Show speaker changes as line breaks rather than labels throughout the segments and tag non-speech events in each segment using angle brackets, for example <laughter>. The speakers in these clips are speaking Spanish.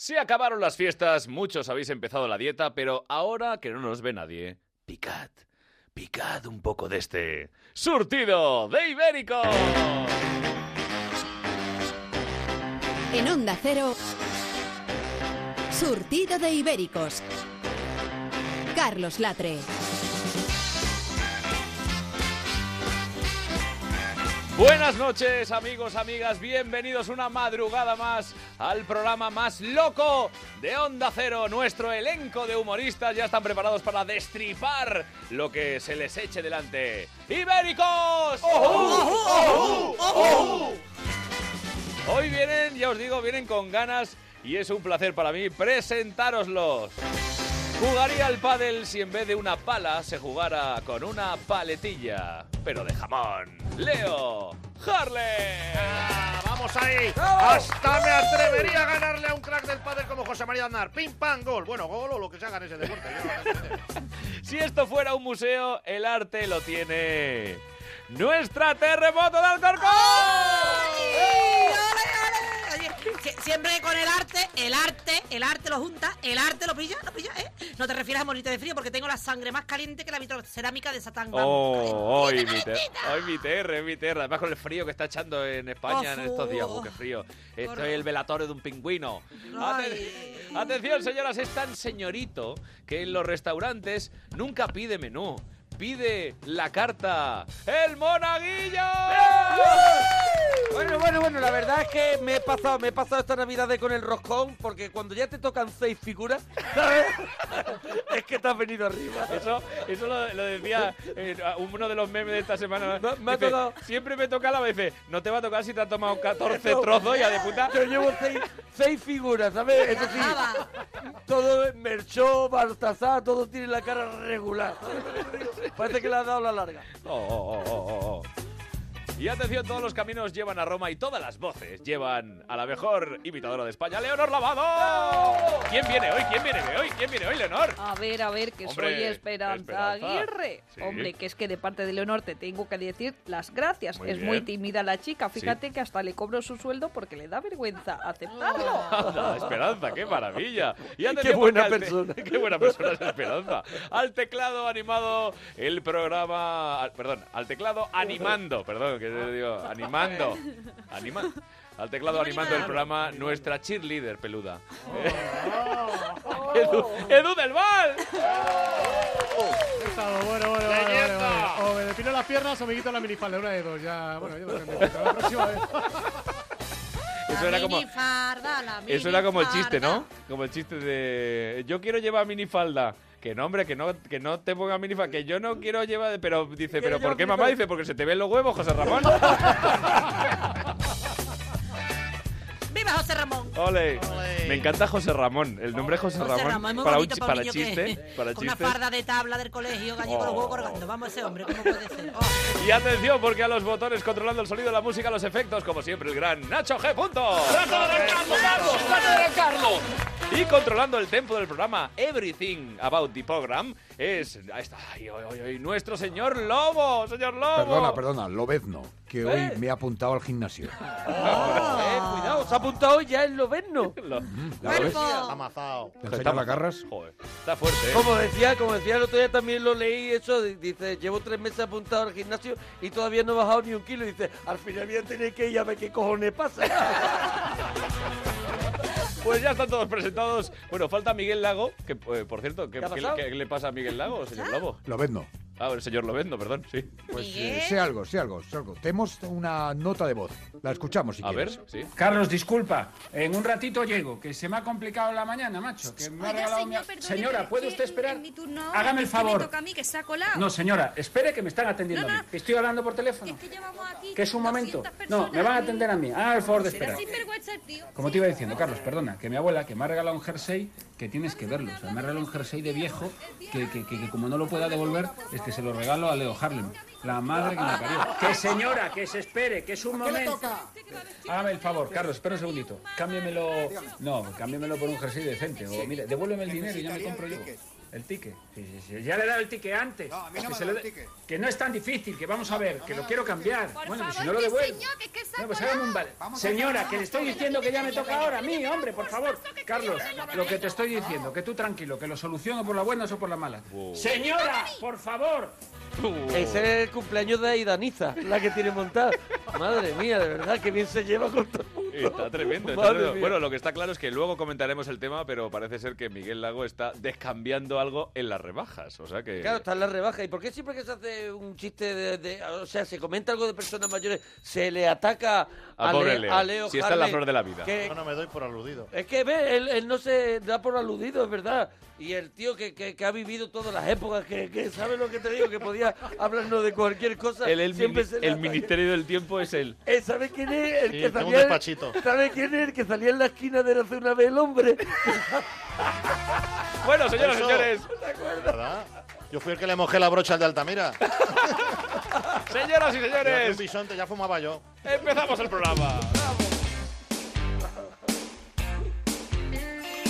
Se acabaron las fiestas, muchos habéis empezado la dieta, pero ahora que no nos ve nadie, picad, picad un poco de este surtido de ibérico.
En Onda Cero, surtido de ibéricos. Carlos Latre.
Buenas noches amigos, amigas, bienvenidos una madrugada más al programa más loco de Onda Cero. Nuestro elenco de humoristas ya están preparados para destripar lo que se les eche delante. ¡Ibéricos! Hoy vienen, ya os digo, vienen con ganas y es un placer para mí presentároslos. Jugaría al pádel si en vez de una pala se jugara con una paletilla, pero de jamón. Leo Harley.
Vamos ahí. Hasta me atrevería a ganarle a un crack del padre como José María Aznar. Pim pam, gol. Bueno, gol o lo que se haga en ese deporte. ¿eh? Yo no sé.
Si esto fuera un museo, el arte lo tiene. ¡Nuestra terremoto de Alcorcón!
¡Ole, ole! Oye, sie- siempre con el arte, el arte, el arte lo junta, el arte lo pilla, lo pilla, ¿eh? No te refieras a morirte de frío porque tengo la sangre más caliente que la vitrocerámica de Satán. Vamos,
Oh, hoy
calentita,
mi, ter
calentita.
hoy mi terre, mi terre. Además con el frío que está echando en España en
Ojo.
estos días. Oh, qué frío. Esto
Corre.
es el velatorio de un pingüino. Ate-
Ay.
Atención, señoras, es tan señorito que en los restaurantes nunca pide menú. Pide la carta. ¡El monaguillo!
Bueno, bueno, bueno, la verdad es que me he pasado, me he pasado esta Navidad con el roscón, porque cuando ya te tocan seis figuras, <laughs> ¿sabes? es que te has venido arriba.
Eso, eso lo, lo decía eh, uno de los memes de esta
Me-
semana.
me ha
Dice,
tocado.
Siempre me toca la veces. No te va a tocar si te
<laughs>
has tomado 14
No.
trozos y este de puta.
Yo llevo seis, seis figuras, ¿sabes? Es decir, todo Merchó, Baltasar, todos tienen la cara regular. Parece que le has dado la larga.
Oh, oh, oh, oh, oh. Y atención, todos los caminos llevan a Roma y todas las voces llevan a la mejor imitadora de España, Leonor Lavado. ¿Quién viene hoy? ¿Quién viene hoy? ¿Quién viene hoy, Leonor?
A ver, a ver, que
Hombre,
soy Esperanza,
Esperanza.
Aguirre.
Sí.
Hombre, que es que de parte de Leonor te tengo que decir las gracias.
Muy
es
bien.
muy tímida la chica.
Sí.
Fíjate que hasta le cobro su sueldo porque le da vergüenza aceptarlo.
Anda, <laughs> Esperanza, qué maravilla. Y
Qué buena
porque al
persona.
<laughs> Qué buena persona es Esperanza. Al teclado animado el programa, al- perdón, al teclado animando, perdón, que te digo, animando. Anima, al teclado
Anima,
animando el
anima.
programa nuestra cheerleader peluda. Edu, Edu del Val.
Estado, bueno, bueno, bueno,
¡Leyenda!
bueno, bueno. O me depilo las piernas o me quito la minifalda, una de dos, ya, bueno, yo lo tendré en cuenta. la próxima vez.
Eso era como
minifarda, la
eso era como el chiste,
minifarda.
¿no? Como el chiste de yo quiero llevar minifalda. Que no, hombre, que no, que no te ponga minifalda. Que yo no quiero llevar. Pero dice, ¿pero por qué mamá? Dice, porque se te ven los huevos, José Ramón.
¡Viva José Ramón!
Ole.
Ole.
Me encanta José Ramón. El nombre es José, Ramón.
es muy
para un
bonito
chi-
pa'
para
niño este que-
chiste. Para
con una
chistes.
farda de tabla del colegio, allí con los huevos colgando. Vamos, ese hombre, ¿cómo puede ser? Oh.
Y atención, porque a los botones controlando el sonido, la música, los efectos, como siempre, el gran Nacho G. Punto. Y controlando el tempo del programa Everything About the Program es ahí está, ay, ay, ay, ay, nuestro señor Lobo, señor Lobo.
Perdona, perdona, Lobezno, que
Eh.
hoy me he apuntado al gimnasio.
Eh, cuidado, se ha apuntado ya el noveno.
Lo-
¿La ves?
Amazao.
¿Te enseño la garras?
Joder, está fuerte. ¿eh?
Como decía, como decía el otro día también lo leí eso, di- dice, llevo tres meses apuntado al gimnasio y todavía no he bajado ni un kilo. Y dice, al final voy a tener que ir a ver qué cojones pasa.
Pues ya están todos presentados. Bueno, falta Miguel Lago, que eh, por cierto, ¿qué,
¿Qué ha
qué-
pasado?
qué le pasa a Miguel Lago, señor Lobo?
Lobezno.
Ah, el señor Lobezno, perdón, sí.
Pues eh,
Miguel.
sé algo, sé algo, sé algo. Tenemos una nota de voz. La escuchamos si
A ver,
quieres.
sí.
Carlos, disculpa, en un ratito llego, que se me ha complicado la mañana, macho. Que me ha
Oiga,
regalado mi-
señor, perdone, pero
Señora,
es
¿puede
que
usted
en-
esperar?
en mi turno,
Hágame el
es que me
favor.
toca a mí, que está colado.
No, señora, espere que me están atendiendo
No,
a
no.
mí. que Estoy hablando por
Que
teléfono.
es que llevamos aquí
Que es un momento.
200
No,
personas
me van a
aquí.
atender a mí. Ah, el favor de
Será
esperar.
sinvergüenza el tío.
Como te iba diciendo, Carlos, perdona, que mi abuela, que me ha regalado un jersey, que tienes que verlo. O sea, me ha regalado un jersey de viejo, que, que- que- que como no lo pueda devolver, este se lo regalo a Leo Harlem. La madre que me parió. Que señora, que se espere, que es un momento. Hágame el favor, Carlos, espera un segundito. Cámbiamelo. No, cámbiamelo por un jersey decente. O mira, devuélveme el dinero y ya me compro yo.
El tique. Sí, sí, sí. Ya le he dado el tique antes.
No, a mí no
que,
me
se
ha dado
lo
el
dé-
tique.
que no es tan difícil, que vamos a ver, que lo quiero cambiar.
Por
bueno, pues si
favor,
no lo
que
devuelvo.
señor, que- que se ha
Bueno, pues hágame un vale.
colado. Vamos a
Señora,
hacer-
que le estoy diciendo que ya me toca ahora a mí, hombre, por favor. Carlos, lo que te estoy diciendo, que tú tranquilo, que lo soluciono por las buenas o por las malas. Señora, por favor.
Uh.
Ese es el cumpleaños de Aidaniza, la que tiene montada. Madre mía, de verdad, que bien se lleva con todo el mundo.
Está tremendo. está
Madre
tremendo.
mía.
Bueno, lo que está claro es que luego comentaremos el tema, pero parece ser que Miguel Lago está descambiando algo en las rebajas. O sea que.
Claro, está en la rebaja. ¿Y por qué siempre que se hace un chiste de, de- O sea, se comenta algo de personas mayores, se le ataca a,
pobre
Le-
Leo,
a Leo
si está en la
Harley,
flor de la vida.
que-
Yo no me doy por aludido.
es que ve, él, él no se da por aludido, es verdad. Y el tío que, que- que ha vivido todas las épocas, que, que sabe lo que te digo, que podía hablarnos de cualquier cosa.
El, el
siempre
mini-
se le
el
ataca.
Ministerio del Tiempo es
<laughs>
él.
Eh, ¿Sabe quién es? El
Sí,
que
tengo un
salía,
despachito.
¿Sabe quién es? El que salía en la esquina de hace una vez el hombre.
Bueno,
señoras y
Eso.
señores.
¿Verdad? Yo fui el que le mojé la brocha al de <laughs> Altamira.
Señoras y
Yo hacía
señores.
un bisonte, ya fumaba yo.
Empezamos el programa.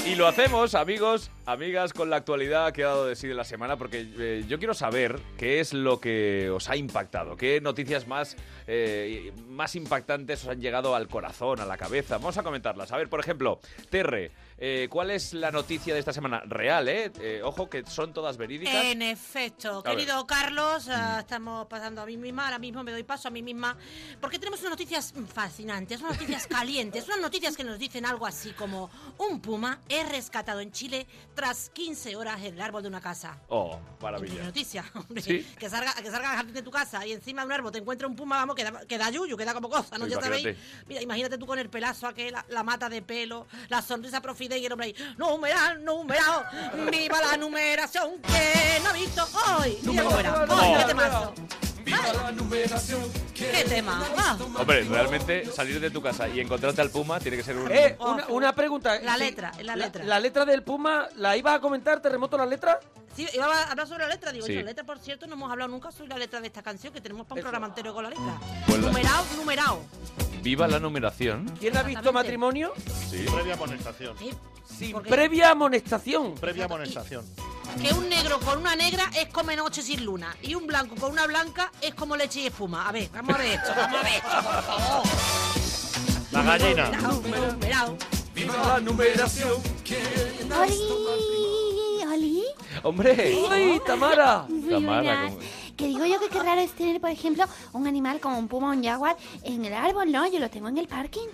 Y lo hacemos, amigos, amigas, con la actualidad que ha dado de sí de la semana, porque eh, yo quiero saber qué es lo que os ha impactado, qué noticias más, eh, más impactantes os han llegado al corazón, a la cabeza. Vamos a comentarlas. A ver, por ejemplo, Terre, eh, ¿cuál es la noticia de esta semana? Real, ¿eh? Eh, ojo, que son todas verídicas.
En efecto,
A ver. Mm.
querido Carlos, ah, estamos pasando a mí misma, ahora mismo me doy paso a mí misma, porque tenemos unas noticias fascinantes, unas
<laughs>
noticias calientes, unas noticias que nos dicen algo así como un puma es rescatado en Chile tras 15 horas en el árbol de una casa.
Oh,
Qué
maravilla.
noticia, <laughs> hombre.
Sí.
Que salga, que salga al jardín de tu casa y encima de un árbol te encuentra un puma, vamos, que da, que da yuyu, que da como cosa, ¿no? Ya
Imagínate.
sabéis. Mira, imagínate tú con el pelazo aquel, la, la mata de pelo, la sonrisa profida y el hombre ahí, numeral, numerado, viva la numeración que no he visto hoy. Y
Número,
fuera.
número,
¡Ay, qué
número.
temazo!
Viva la numeración.
¡Qué tema! Ah.
Hombre, realmente salir de tu casa y encontrarte al Puma tiene que ser un...
Eh, una, una pregunta.
La
Sí,
letra, la letra.
La, letra del Puma, ¿la ibas a comentar, Terremoto, la letra?
Sí, iba a hablar sobre la letra, digo,
Sí.
yo, la letra, por cierto, no hemos hablado nunca sobre la letra de esta canción que tenemos para un programa entero con la letra.
Pues la-
Numerado, numerado.
Viva la numeración.
¿Quién ha visto matrimonio?
Sí.
Previa amonestación.
Sin
porque- Ah,
previa amonestación.
Previa amonestación.
Que un negro con una negra es como noche sin luna. Y un blanco con una blanca es como leche y espuma. A ver, vamos a ver esto, vamos a ver esto, por favor.
La gallina.
Numerao, numerao.
Viva la numeración.
¡Oli! ¡Oli!
¡Hombre!
¡Uy, Tamara!
<laughs> Muy
Tamara,
buenas.
¿cómo es?
Que digo yo que qué raro es tener, por ejemplo, un animal como un puma o un jaguar en el árbol, ¿no? Yo lo tengo en el parking.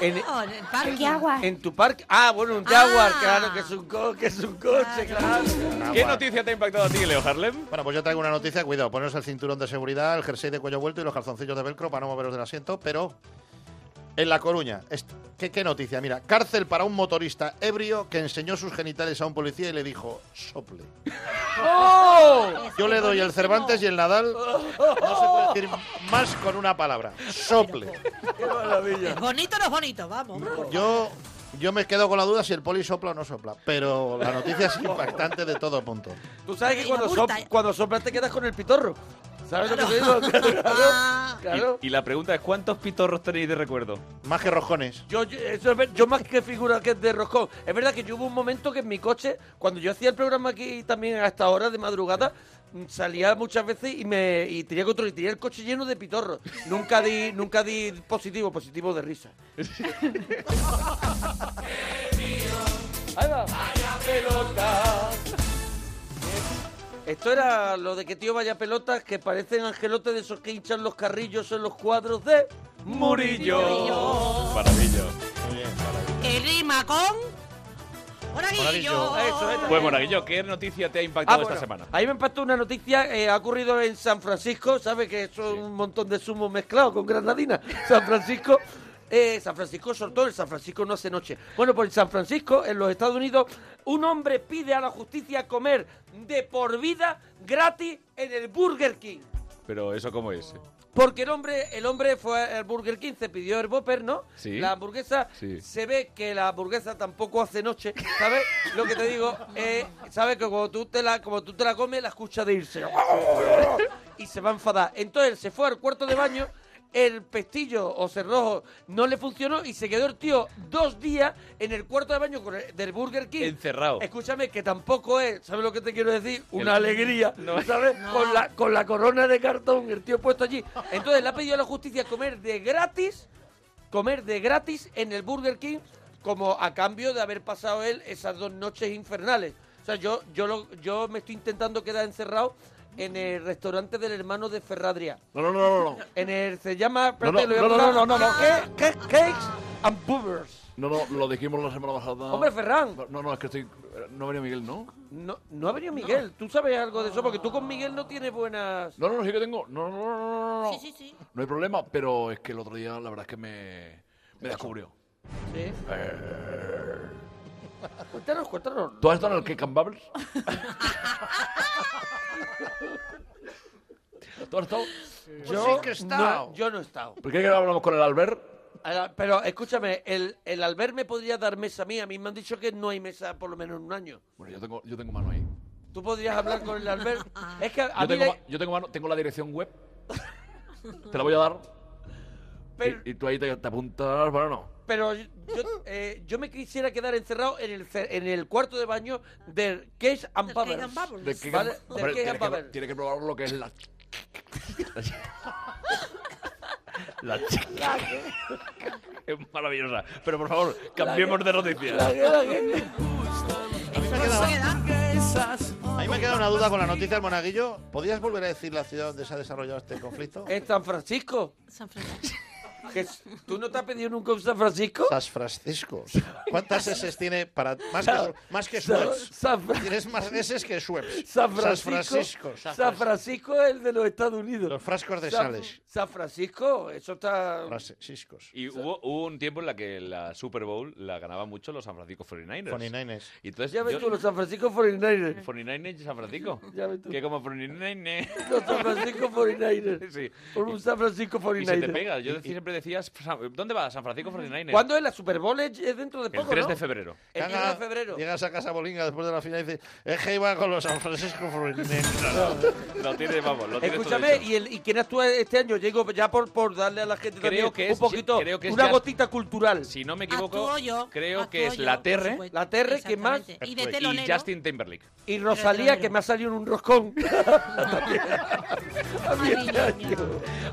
En,
Oh,
en el parque.
El jaguar.
En tu parque. Ah, bueno, un jaguar, claro, que es un, co- que es un coche, claro.
¿Qué noticia te ha impactado a ti, Leo Harlem?
Bueno, pues yo traigo una noticia. Cuidado, poneros el cinturón de seguridad, el jersey de cuello vuelto y los calzoncillos de velcro para no moveros del asiento. Pero en La Coruña, est- ¿qué, qué noticia? Mira, cárcel para un motorista ebrio que enseñó sus genitales a un policía y le dijo, sople.
¡Oh!
Yo le doy el Cervantes y el Nadal. No se puede decir más con una palabra. Sople.
¡Qué maravilla!
¿Es bonito o no es bonito? Vamos.
Yo, yo me quedo con la duda si el poli sopla o no sopla. Pero la noticia es impactante de todo punto.
Tú sabes que
Y la
cuando,
multa,
sop-
eh.
cuando soplas te quedas con el pitorro. ¿Sabes lo que te digo? <laughs>
Ah.
Claro, claro.
Y, y la pregunta es, ¿cuántos pitorros tenéis de recuerdo?
Más que rojones.
Yo, yo- eso es ver- yo más que figura que de roscón. Es verdad que yo hubo un momento que en mi coche, cuando yo hacía el programa aquí también hasta ahora de madrugada, mm, salía muchas veces y me y tenía control y tenía el coche lleno de pitorros. Nunca di, nunca di positivo, positivo de risa. Ahí va. Esto era lo de que tío vaya pelotas que parecen angelotes de esos que hinchan los carrillos en los cuadros de Murillo.
Maravilla.
Que rima con. Monaguillo.
Eso es.
Pues, Monaguillo, ¿qué noticia te ha
Ah,
impactado esta semana?
Ah, Ahí me impactó una noticia, eh, ha ocurrido en San Francisco, ¿sabes? Que eso es un montón de zumo mezclado con granadina. San Francisco, eh, San Francisco soltó, el San Francisco no hace noche. Bueno, pues en San Francisco, en los Estados Unidos, un hombre pide a la justicia comer de por vida gratis en el Burger King.
Pero eso cómo es.
Porque el hombre, el hombre fue al Burger King, se pidió el Whopper, ¿no?
Sí.
La hamburguesa.
Sí.
Se ve que la hamburguesa tampoco hace noche,
<laughs>
¿sabes? Lo que te digo, eh, sabes que como tú te la, como tú te la
<laughs>
comes, la escucha de irse. Y se va a enfadar. Entonces se fue al cuarto de baño el pestillo o cerrojo no le funcionó y se quedó el tío dos días en el cuarto de baño con el- del Burger King.
Encerrado.
Escúchame, que tampoco es, ¿sabes lo que te quiero decir? Una
El-
<laughs>
alegría,
No.
¿sabes? Con, la, con la corona de cartón, el tío puesto allí. Entonces le ha pedido a la justicia comer de gratis, comer de gratis en el Burger King, como a cambio de haber pasado él esas dos noches infernales. O sea, yo, yo, lo- yo me estoy intentando quedar encerrado en el restaurante del hermano de Ferradria.
No, no, no, no. no.
En el se llama.
No,
espérate, lo
no,
voy a buscar.
no, no, no, no, no.
Ca- ca- Cakes and Boobers.
No, no, lo dijimos la semana pasada.
Hombre, Ferran.
No, no, es que estoy. No venía Miguel, ¿no?
No, no ha venido Miguel. Tú sabes algo de eso porque tú con Miguel no tienes buenas.
No, no, no, sí que tengo. No, no, no, no, no, no.
Sí, sí, sí.
No hay problema, pero es que el otro día la verdad es que me. Me descubrió.
Sí.
Eh,
Cuéntanos, cuéntanos.
¿Tú has estado en el Cake and Bubbles? ¿Tú has estado?
No, yo no he estado.
¿Por qué que no hablamos con el Albert?
Ahora, Pero escúchame, el, el Albert me podría dar mesa a mí. A mí me han dicho que no hay mesa por lo menos en un año.
Bueno, yo tengo, yo tengo mano ahí.
Tú podrías hablar con el Albert. Es que a
Yo
mí
tengo,
la-
ma- yo tengo mano, tengo la dirección web. Te la voy a dar.
Pero-
y, y tú ahí te, te apuntas, bueno, no.
Pero yo, eh, yo me quisiera quedar encerrado en el, ce- en el cuarto de baño del Cage and Bubbles.
De que-
¿Vale?
Hombre,
Del Cage
tienes,
and
que,
Bubbles.
tienes que probar lo que es la. La
La
chica.
que-
<laughs> Es maravillosa. Pero por favor, cambiemos de noticias. <laughs>
A mí me queda una duda con la noticia del monaguillo. ¿Podías volver a decir la ciudad donde se ha desarrollado este conflicto?
En San Francisco.
San Francisco.
<laughs> Que s- ¿Tú no te has pedido nunca un San Francisco?
San Francisco. ¿Cuántas S tiene para más que,
Sa-
más que
Sa-
Schweppes?
San Fra-
Tienes más S que
<laughs>
Schweppes.
San Francisco.
San
San
Francisco.
Francisco es el de los Estados Unidos. Los
frascos de sales.
San Francisco, eso está.
Franciscos.
Y hubo, hubo un tiempo en la que la Super Bowl la ganaban mucho los San Francisco 49ers.
49ers.
Y entonces
Ya ves
yo-
tú, los San Francisco 49ers.
49ers y San Francisco.
<laughs> Ya ves tú.
Que como 49ers.
<laughs> Los San Francisco 49ers.
Sí.
Por un San Francisco
Y se te
49ers.
pega. Yo decí- siempre decías, ¿dónde va San Francisco 49ers?
¿Cuándo es la Super Bowl? eh? Es es dentro de
El
poco.
3
¿no?
de febrero.
El 3 de febrero.
Llegas a casa Bolinga después de la final y dices, es que iba con los San Francisco 49ers.
Lo tiene, vamos, lo tiene todo
Escúchame,
hecho.
¿y, el, ¿y quién actúa este año? Llego ya por, por darle a la gente
Creo
también
que
un
es,
poquito,
creo que es
una
ya-
gotita cultural.
Si no me equivoco,
Actúo yo,
creo que
actúo
es
yo,
la
por
Terre.
supuesto. La Terre, ¿quién más?
Earthquake.
Y de telonero.
Justin Timberlake.
Y Rosalía, que me ha salido en un
<laughs>
roscón. También este año.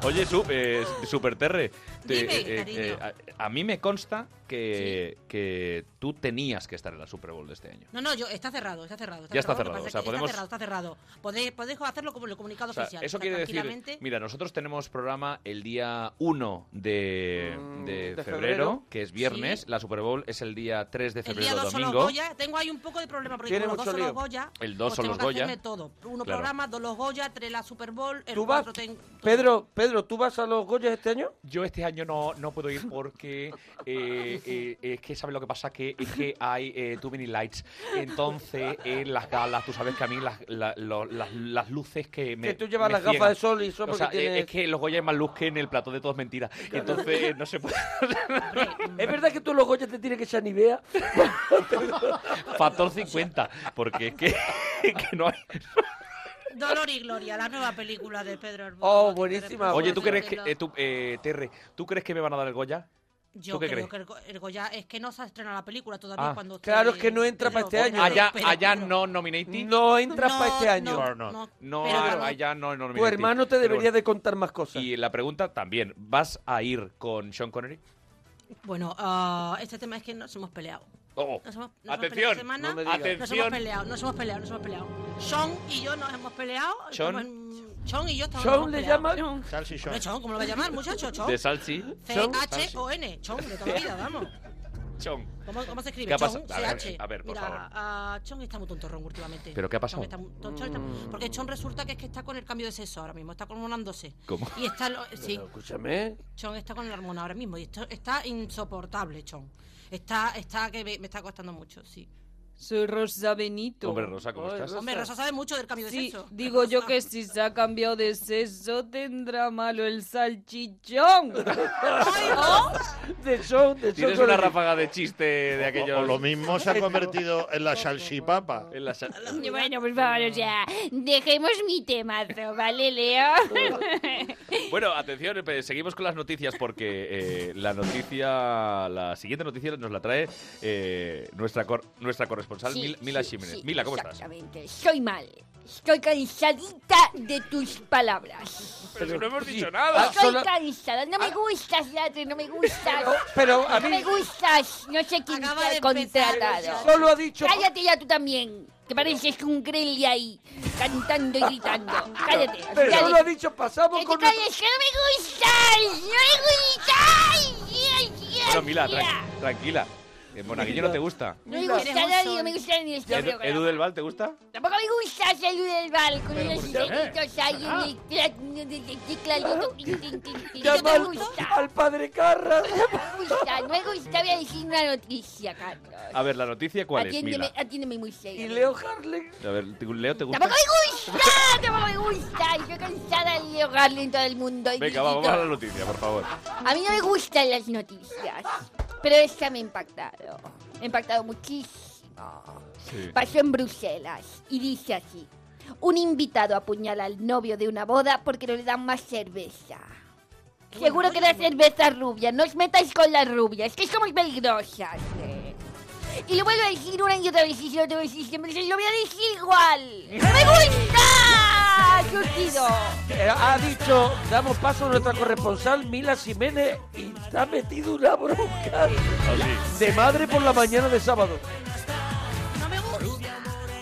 Oye, su- eh, Super Terre, te-
Dime,
eh, eh, a, a mí me consta que, que tú tenías que estar en la Super Bowl de este año.
No, no, yo, está cerrado, está cerrado.
Ya está
Lo que
cerrado,
pasa
o sea,
es que
podemos-
Está cerrado, está cerrado. Podéis, podéis hacerlo como el comunicado
O sea,
oficial.
eso
O sea,
quiere decir,
tranquilamente-
mira, nosotros tenemos programa el día 1 de, de
Mm, de
febrero,
febrero.
que es viernes, la Super Bowl es el día 3 de
El
febrero,
día 2 son los
domingo.
Goya. Tengo ahí un poco de problema porque
Tiene
como los dos
mucho
son los
lío.
Goya.
El dos
pues
son
tengo
los
que
Goya.
hacerme todo. Uno
Claro.
programa, dos los Goya, tres la Super Bowl, el
¿Tú vas?
cuatro ten-
Pedro, Pedro, ¿tú vas a los Goyas este año?
Yo este año no, no puedo ir porque eh, eh, es que, ¿sabes lo que pasa? Que es que hay eh, too many lights. Entonces, en las galas, tú sabes que a mí las, la- lo- las, las luces que me.
Que tú llevas
me
las gafas
ciegan.
de sol y eso
O sea,
porque
eh,
tienes-
es que los Goya hay más luz que en el plató de todos mentiras. Entonces, eh, no
<laughs>
se puede.
¿Es verdad que tú en los Goyas te tienes que echar Nivea?
Factor 50. Porque es que, <laughs> que no hay.
Dolor y Gloria, la nueva película de Pedro Hermoso.
Oh, buenísima.
Oye, ¿tú
buenísima.
crees que. eh, tú, eh, Terry, ¿tú crees que me van a dar el Goya?
Yo
¿Tú qué crees?
creo que el Go- el Goya es que no se ha estrenado la película todavía
Ah.
cuando.
Claro, es
esté-
que no entra para este año.
Allá, allá no nominating.
No entras para este año.
No, no, no,
pero-
a- allá no nominating.
Tu hermano te
Pero
debería
bueno.
de contar más cosas.
Y la pregunta también, ¿vas a ir con Sean Connery?
Bueno, ah, este tema es que nos hemos peleado. <laughs>
Oh.
Nos hemos, nos hemos peleado
Atención,
esta semana.
no me digas.
Nos
Atención.
hemos peleado, nos hemos peleado, nos hemos peleado. Sean y yo nos hemos peleado.
Sean.
estamos en- Sean y yo estamos
Sean le
llama
llaman.
Sean. ¿Cómo lo va a llamar, muchacho? Sean.
De Salsi. Ah,
C-H-O-N. Sean, de toda la vida, vamos.
Sean.
¿Cómo, cómo se escribe?
¿Qué ha
Chon,
pasado? A ver,
CH.
a ver, por
Mira,
favor.
ah, Chon está muy tontorrón últimamente.
¿Pero qué ha pasado?
Chon está muy ton- Chon está- porque Chon resulta que es que está con el cambio de sexo ahora mismo, está hormonándose.
¿Cómo?
Y está... lo- sí,
Escúchame.
Chon está con el hormona ahora mismo y esto está insoportable, Chon. Está, está que me, me está costando mucho, sí.
Soy Rosa Benito.
Hombre, Rosa, ¿cómo estás?
Hombre, Rosa sabe mucho del cambio de
Sí,
sexo.
digo yo que si se ha cambiado de sexo tendrá malo
<laughs>
el
<laughs>
salchichón.
De show, de
Tienes una ráfaga de chiste de aquellos.
O lo mismo se ha convertido en la salchipapa.
En la sal-
Bueno, por favor, o sea, dejemos mi temazo, ¿vale,
<laughs>
Leo?
Bueno, atención, eh, seguimos con las noticias porque eh, la noticia, la siguiente noticia nos la trae eh, nuestra cor- nuestra corresponsal
Sí,
Mil- Mila
sí,
Jiménez.
sí,
Mila, ¿cómo estás?
exactamente. Estoy mal. Estoy cansadita de tus palabras.
<laughs> Pero si no hemos dicho
Ah,
Estoy
solo-
cansada. No me gustas, Latre, no me gustas.
pero a
No
mí-
me gustas. No sé quién
Acaba
te
de
ha contratado.
empezar. Solo ha dicho-
Cállate ya tú también. Que pareces un grelli ahí, cantando y gritando. Cállate.
Pero
cállate.
solo ha dicho, pasamos
Que te
con...
calles, que no me gustas. No me gustas. Yes, yes,
Bueno, Mila,
yes.
tran- tranquila. Eh, Monaguillo no te gusta.
No me gusta a nadie, no me gusta ni este
Edu,
programa.
Edu del Val, ¿te gusta?
Tampoco me gusta salir del bar con unos
¿por qué?
insectos ahí en el crack, de- de- de- tecladito. tin, tin, tin, tin. No
Llama
me
al,
gusta,
al padre Carras.
no me gusta, no me gusta. Voy a decir una noticia, Carlos.
A ver, la noticia, ¿cuál es,
Atiéndeme,
Mila?
atiéndeme muy serio.
Y Leo Harley.
A ver, ¿te- Leo, ¿te gusta?
¡Tampoco me gusta! ¡Tampoco me gusta! Estoy cansada de llegarle en todo el mundo. y
Venga, va, vamos
grito.
a la noticia, por favor.
A mí no me gustan las noticias, pero esta me ha impactado. Me ha impactado muchísimo.
Sí.
Pasó en Bruselas y dice así. Un invitado apuñala al novio de una boda porque no le dan más cerveza. Seguro que era cerveza rubia. No os metáis con las rubias, que somos peligrosas. eh. Y lo vuelvo a decir una y otra vez y si lo tengo que decir siempre, se lo voy a decir igual. ¡No me gusta! ¡Surtido!
Eh, ha dicho, damos paso a nuestra corresponsal Mila Jiménez y te ha metido una bronca de madre por la mañana de sábado.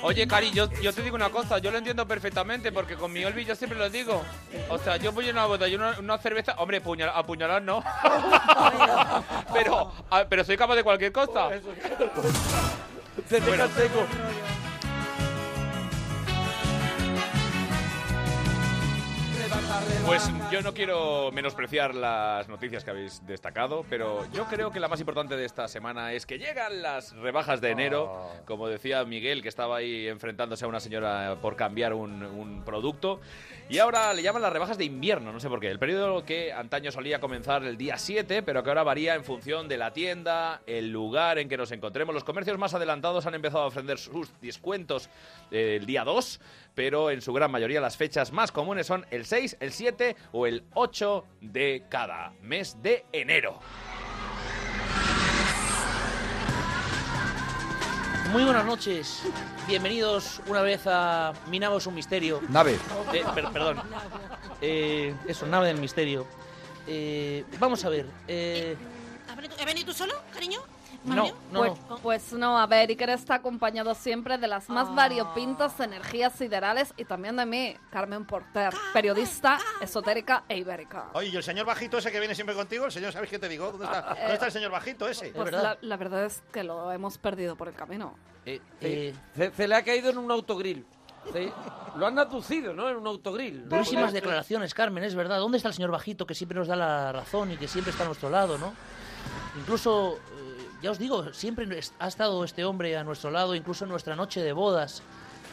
Oye, Cari, yo, yo te digo una cosa, yo lo entiendo perfectamente, porque con mi Olvi yo siempre lo digo. O sea, yo voy a una boda y una, una cerveza, hombre, puñal, apuñalar no. pero, a- pero soy capaz de cualquier cosa.
Te deja seco.
Pues yo no quiero menospreciar las noticias que habéis destacado, pero yo creo que la más importante de esta semana es que llegan las rebajas de enero. Como decía Miguel, que estaba ahí enfrentándose a una señora por cambiar un, un producto. Y ahora le llaman las rebajas de invierno, no sé por qué. El periodo que antaño solía comenzar el día 7, pero que ahora varía en función de la tienda, el lugar en que nos encontremos. Los comercios más adelantados han empezado a ofrecer sus descuentos eh, el día 2, pero en su gran mayoría las fechas más comunes son el 6, el 7 o el 8 de cada mes de enero.
Muy buenas noches. Bienvenidos una vez a Mi nave es un misterio.
Nave.
Eh, per- perdón. Eh, eso, nave del misterio. Eh, vamos a ver. eh,
¿Has venido- ¿Has venido tú solo, cariño?
no, no,
Pues,
no. Ah.
pues no, a ver, Iker está acompañado siempre de las más variopintas energías siderales y también de mí, Carmen Porter, periodista esotérica e ibérica.
Oye, ¿y el señor bajito ese que viene siempre contigo? ¿El señor, sabes qué te digo? ¿Dónde está, ¿dónde está el señor bajito ese?
Pues la, la verdad es que lo hemos perdido por el camino.
Eh, se, se le ha caído en un autogrill. Sí. Lo han aducido, ¿no? En un autogrill. ¿no?
Durísimas declaraciones, Carmen, es verdad. ¿Dónde está el señor Bajito que siempre nos da la razón y que siempre está a nuestro lado, no? Incluso, eh, ya os digo, siempre es- ha estado este hombre a nuestro lado, incluso en nuestra noche de bodas,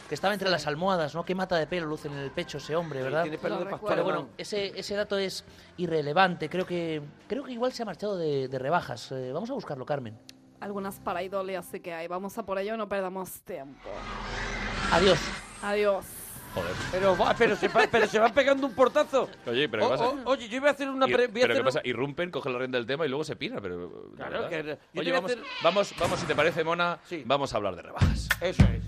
que estaba entre las almohadas, ¿no? Qué mata de pelo luce en el pecho ese hombre, ¿verdad?
tiene pelo de Lo pastor
Pero bueno,
alemán.
ese, ese dato es irrelevante. Creo que, creo que igual se ha marchado de, de rebajas. Eh, vamos a buscarlo, Carmen.
Algunas paraidolias así que hay. Vamos a por ello, no perdamos tiempo.
Adiós.
Adiós.
Pero, va- pero, se, pa- pero se van pegando un portazo.
Oye, pero
O-
¿qué pasa?
o- oye, yo iba a hacer una...
Ir-
pre- voy a
pero ¿qué
hacer un-
pasa? Irrumpen, cogen la rienda del tema y luego se pira. Pero, de
Claro,
verdad.
que- yo te
Oye,
voy a
vamos,
hacer-
vamos, vamos, si te parece, Mona, vamos a hablar de rebajas.
Eso es.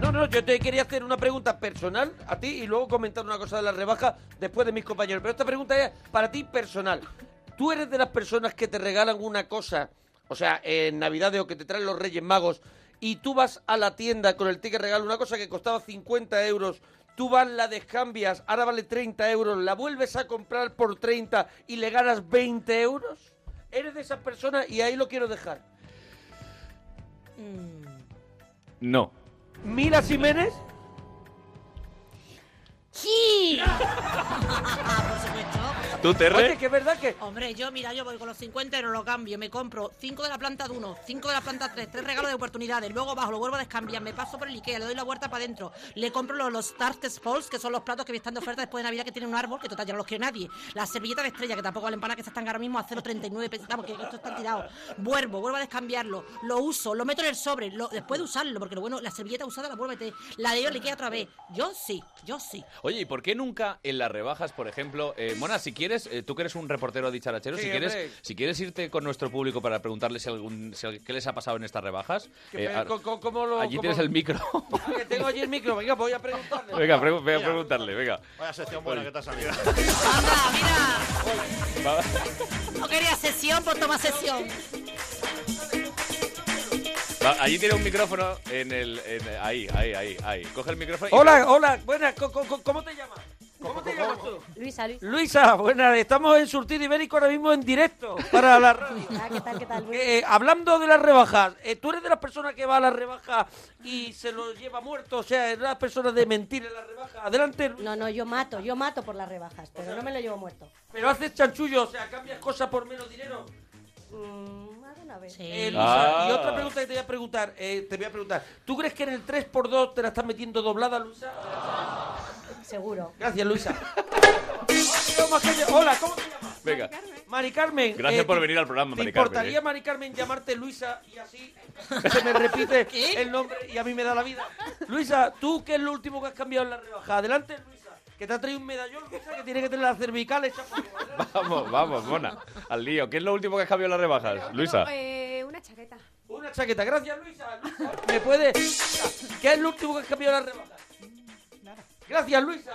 No, no, yo te quería hacer una pregunta personal a ti y luego comentar una cosa de la rebaja después de mis compañeros. Pero esta pregunta es para ti personal. ¿Tú eres de las personas que te regalan una cosa, o sea, en Navidades o que te traen los Reyes Magos, y tú vas a la tienda con el ticket regalo, una cosa que costaba 50 euros, tú vas, la descambias, ahora vale 30 euros, la vuelves a comprar por 30 y le ganas 20 euros? ¿Eres de esas personas? Y ahí lo quiero dejar.
No.
Mm.
Mila Jiménez.
Sí, sí.
¿Tú, Terre?
Oye, que es verdad que...
Hombre, yo, mira, yo voy con los 50 y no lo cambio. Me compro 5 de la planta de 1, 5 de la planta 3, 3 regalos de oportunidades. Luego bajo, lo vuelvo a descambiar. Me paso por el Ikea, le doy la vuelta para adentro. Le compro los, los Tartes Balls, que son los platos que me están de oferta después de Navidad que tienen un árbol, que total ya no los quiere nadie. La servilleta de estrella, que tampoco valen para nada, que se están ahora mismo a 0,39 pesos. Vamos, que esto está tirado. Vuelvo, vuelvo a descambiarlo. Lo uso, lo meto en el sobre. lo- después de usarlo, porque lo bueno, la servilleta usada la vuelvo a meter. La de ellos le queda otra vez. Yo sí, yo sí.
Oye, ¿y por qué nunca en las rebajas, por ejemplo, eh, Mona, si quieres, eh, tú que eres un reportero dicharachero,
Sí,
si quieres,
hombre.
si quieres irte con nuestro público para preguntarles si algún, si al- qué les ha pasado en estas rebajas,
que
eh,
me-
a-
co- co- ¿Cómo lo...?
allí
cómo-
tienes el micro.
Que tengo allí el micro, venga, voy a preguntarle.
venga, pre- voy a preguntarle, venga.
Vaya sección buena que te ha salido.
Va-
No quería sesión, pues toma sesión.
va- allí tiene un micrófono en el, en- ahí, ahí, ahí, ahí. Coge el micrófono. y-
Hola, hola, buenas, co- co- co- ¿cómo te llamas? ¿Cómo te llamas tú?
Luisa, Luisa.
Luisa, buenas, estamos en Surtido Ibérico ahora mismo en directo
<laughs>
para la radio.
Ah, ¿Qué tal, qué tal?
Eh, hablando de las rebajas, eh, ¿tú eres de las personas que va a las rebajas y se lo lleva muerto? O sea, ¿eres de las personas de mentir en las rebajas? Adelante, Luisa.
No, no, yo mato, yo mato por las rebajas, pero no me lo llevo muerto.
pero haces chanchullo, o sea, cambias cosas por menos dinero.
Mm, alguna vez.
Eh, Luisa,
Ah.
y otra pregunta que te voy a preguntar, eh, te voy a preguntar, ¿tú crees que en el 3x2 te la estás metiendo doblada, Luisa?
Seguro.
Gracias, Luisa. <laughs> Hola, ¿cómo te llamas?
Venga.
Mari Carmen. eh,
Gracias por
¿te-
venir al programa,
¿Te
Mari Carmen,
importaría,
eh?
Mari Carmen, llamarte Luisa y así se me repite el nombre y a mí me da la vida? Luisa, ¿tú qué es lo último que has cambiado en la rebaja? Adelante, Luisa, que te ha traído un medallón, Luisa, que tiene que tener las cervicales.
Vamos, vamos, Mona. Al lío. ¿Qué es lo último que has cambiado en las rebajas, Luisa?
Eh,
una chaqueta.
Una chaqueta, gracias, Luisa. Luisa, ¿Me puede? Luisa, ¿Qué es lo último que has cambiado en la rebaja? Gracias, Luisa.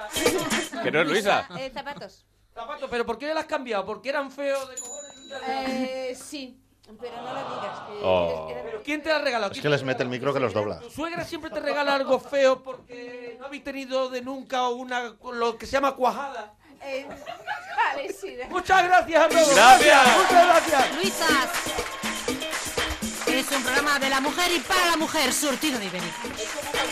Que no es
<laughs>
Luisa.
Eh, zapatos.
Zapatos, ¿pero por qué las has cambiado? ¿Porque eran feos? de cojones?
Eh, sí, pero no lo digas. que
Oh.
eres- eres-
¿Pero quién te las ha regalado?
Es que les mete el micro que los dobla.
Tu suegra siempre te regala algo feo porque no habéis tenido de nunca una lo que se llama cuajada.
eh, vale, sí. de-
Muchas gracias a todos.
Gracias.
Muchas gracias.
Luisas. Es un programa de la mujer y para la mujer, surtido de Ibérica.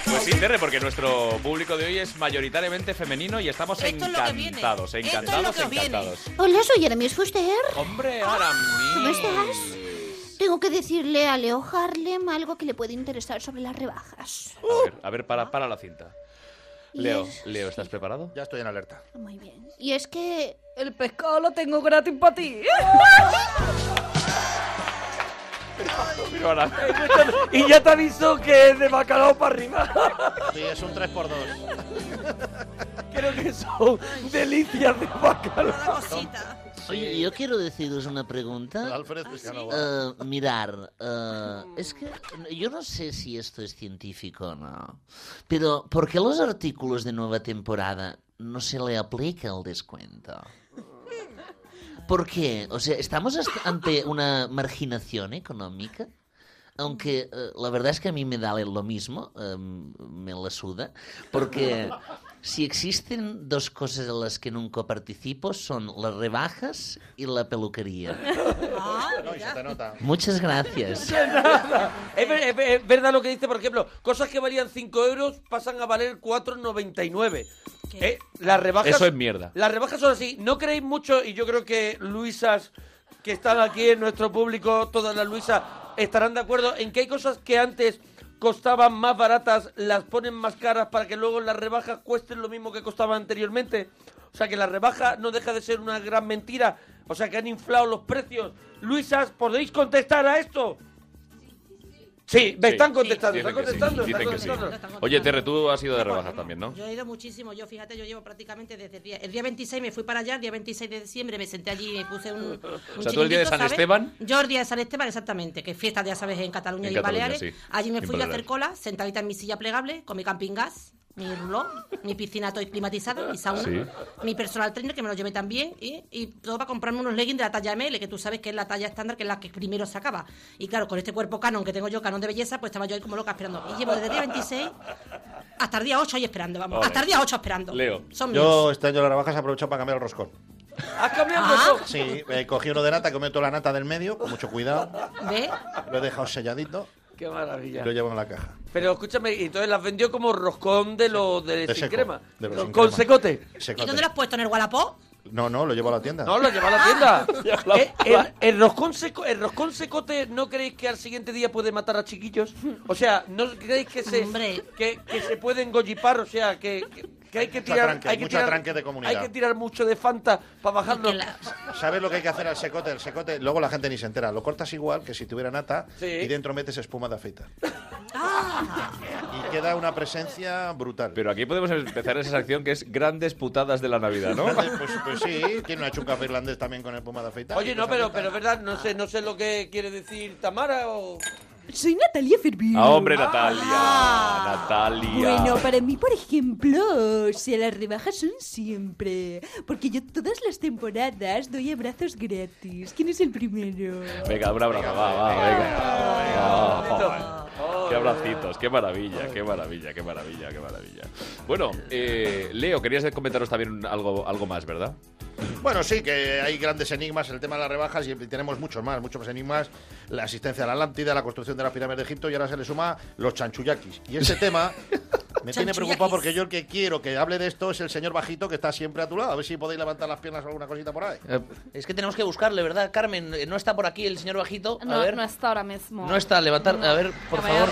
Pues sí, Terre, porque nuestro público de hoy es mayoritariamente femenino y estamos
Esto es lo que viene.
encantados,
Esto es lo
encantados,
que os viene.
encantados.
Hola, soy Jeremy Fuster.
Hombre, ahora
¿Cómo
mismo.
estás? Tengo que decirle a Leo Harlem algo que le puede interesar sobre las rebajas.
A ver, a ver, para, para la cinta. Leo,
Yes.
Leo, ¿estás preparado?
Ya estoy en alerta.
Ah, Muy bien. Y es que
El pescado lo tengo gratis para ti.
Pero ahora-
Y ya te aviso que es de bacalao para <laughs> arriba.
Sí, es un 3x2.
Creo que son delicias de bacalao.
Oye, yo quiero deciros una pregunta.
Alfred Cristiano Guadalajara.
Eh, mirar, eh, es que yo no sé si esto es científico o no, pero ¿por qué los artículos de nueva temporada no se le aplica el descuento? ¿Por qué? O sea, ¿estamos est- ante una marginación económica? Aunque eh, la verdad es que a mí me da lo mismo, eh, me la suda, porque si existen dos cosas en las que nunca participo son las rebajas y la peluquería.
No, y se te nota.
Muchas
Es,
gracias.
ver- es ver- es verdad lo que dice, por ejemplo, cosas que valían 5 euros pasan a valer 4,99. Eh, Las rebajas.
Eso es mierda.
Las rebajas son así. No creéis mucho, y yo creo que Luisas, que están aquí en nuestro público, todas las Luisas, estarán de acuerdo en que hay cosas que antes costaban más baratas, las ponen más caras para que luego las rebajas cuesten lo mismo que costaban anteriormente. O sea que la rebaja no deja de ser una gran mentira. O sea que han inflado los precios. Luisas, ¿podéis contestar a esto? Sí, me
Sí.
están contestando,
Dicen
están
que sí,
contestando, están
dicen que sí.
contestando.
Oye, Terre, tú has ido de rebajas también, ¿no?
Yo he ido muchísimo, yo fíjate, yo llevo prácticamente desde el día, el día 26 me fui para allá, el día 26 de diciembre me senté allí y me puse un... un
<laughs> O sea, tú el día de
chiringuito,
San
¿sabes?
Esteban.
Yo el día de San Esteban, exactamente, que fiesta, ya sabes, en Cataluña
En
y en
Cataluña,
Baleares.
sí.
Allí me
En
fui yo a hacer
Baleares.
cola, sentadita en mi silla plegable, con mi camping gas, mi rulón, mi piscina todo climatizada, mi sauna,
Sí.
mi personal trainer, que me lo llevé también, y, y todo para comprarme unos leggings de la talla ML, que tú sabes que es la talla estándar, que es la que primero se acaba. Y claro, con este cuerpo canon que tengo yo, canon de belleza, pues estaba yo ahí como loca esperando. Y llevo desde el día 26 hasta el día 8 ahí esperando, vamos.
Ole.
Hasta el día 8 esperando.
Leo.
Son
Yo
míos.
este año las rebajas he aprovechado para cambiar el roscón.
¿Has cambiado
Ah.
eso?
Sí, eh, cogí uno de nata, comí toda la nata del medio, con mucho cuidado.
¿Ves?
Lo he dejado selladito.
Qué maravilla.
Lo llevo en la caja.
Pero escúchame, y entonces las vendió como roscón de los de,
De
sin
seco,
crema.
de los
Con-
sin
con
crema.
secote.
Secote.
has puesto? ¿En el Wallapop?
No, no, lo llevo a la tienda.
No, lo lleva a la <laughs> tienda. Eh, el, el roscón seco, ¿El roscón secote no creéis que al siguiente día puede matar a chiquillos? O sea, ¿no creéis que se, que, que se pueden gollipar? O sea, que, que- que hay que
Mucho
tirar...
tranque,
hay que
mucho
tirar-
tranque de comunidad.
Hay que tirar mucho de Fanta para bajarlo.
¿Sabes lo que hay que hacer al secote? El secote, <laughs> luego la gente ni se entera. Lo cortas igual que si tuviera nata y dentro metes espuma de afeitar. Y queda una presencia brutal.
Pero aquí podemos empezar esa sección que es grandes putadas de la Navidad, ¿no?
Pues, pues sí, tiene una chunca irlandés también con espuma de afeitar.
Oye, no, pero, pero es verdad, no sé, no sé lo que quiere decir Tamara o...
Soy Natalia Fervino.
Ah, hombre, Natalia.
Ah.
Natalia.
Bueno, para mí, por ejemplo, si las rebajas son siempre. Porque yo todas las temporadas doy abrazos gratis. ¿Quién es el primero?
Venga, un abrazo, va, va, venga. Venga, joder. Qué abracitos, qué maravilla, qué maravilla, qué maravilla, qué maravilla. Bueno, eh, Leo, querías comentaros también algo, algo más, ¿verdad?
Bueno, sí, que hay grandes enigmas en el tema de las rebajas y tenemos muchos más, muchos más enigmas. La asistencia a la Atlántida, la construcción de las pirámides de Egipto y ahora se le suma los chanchuyakis. Y
<laughs>
ese tema me tiene
Chanchuyakis.
preocupado porque yo el que quiero que hable de esto es el señor bajito que está siempre a tu lado. A ver si podéis levantar las piernas o alguna cosita por ahí.
Es que tenemos que buscarle, ¿verdad, Carmen? Eh, No está por aquí el señor bajito. A
No,
ver.
no está ahora mismo.
No está, levantar. A ver, por favor.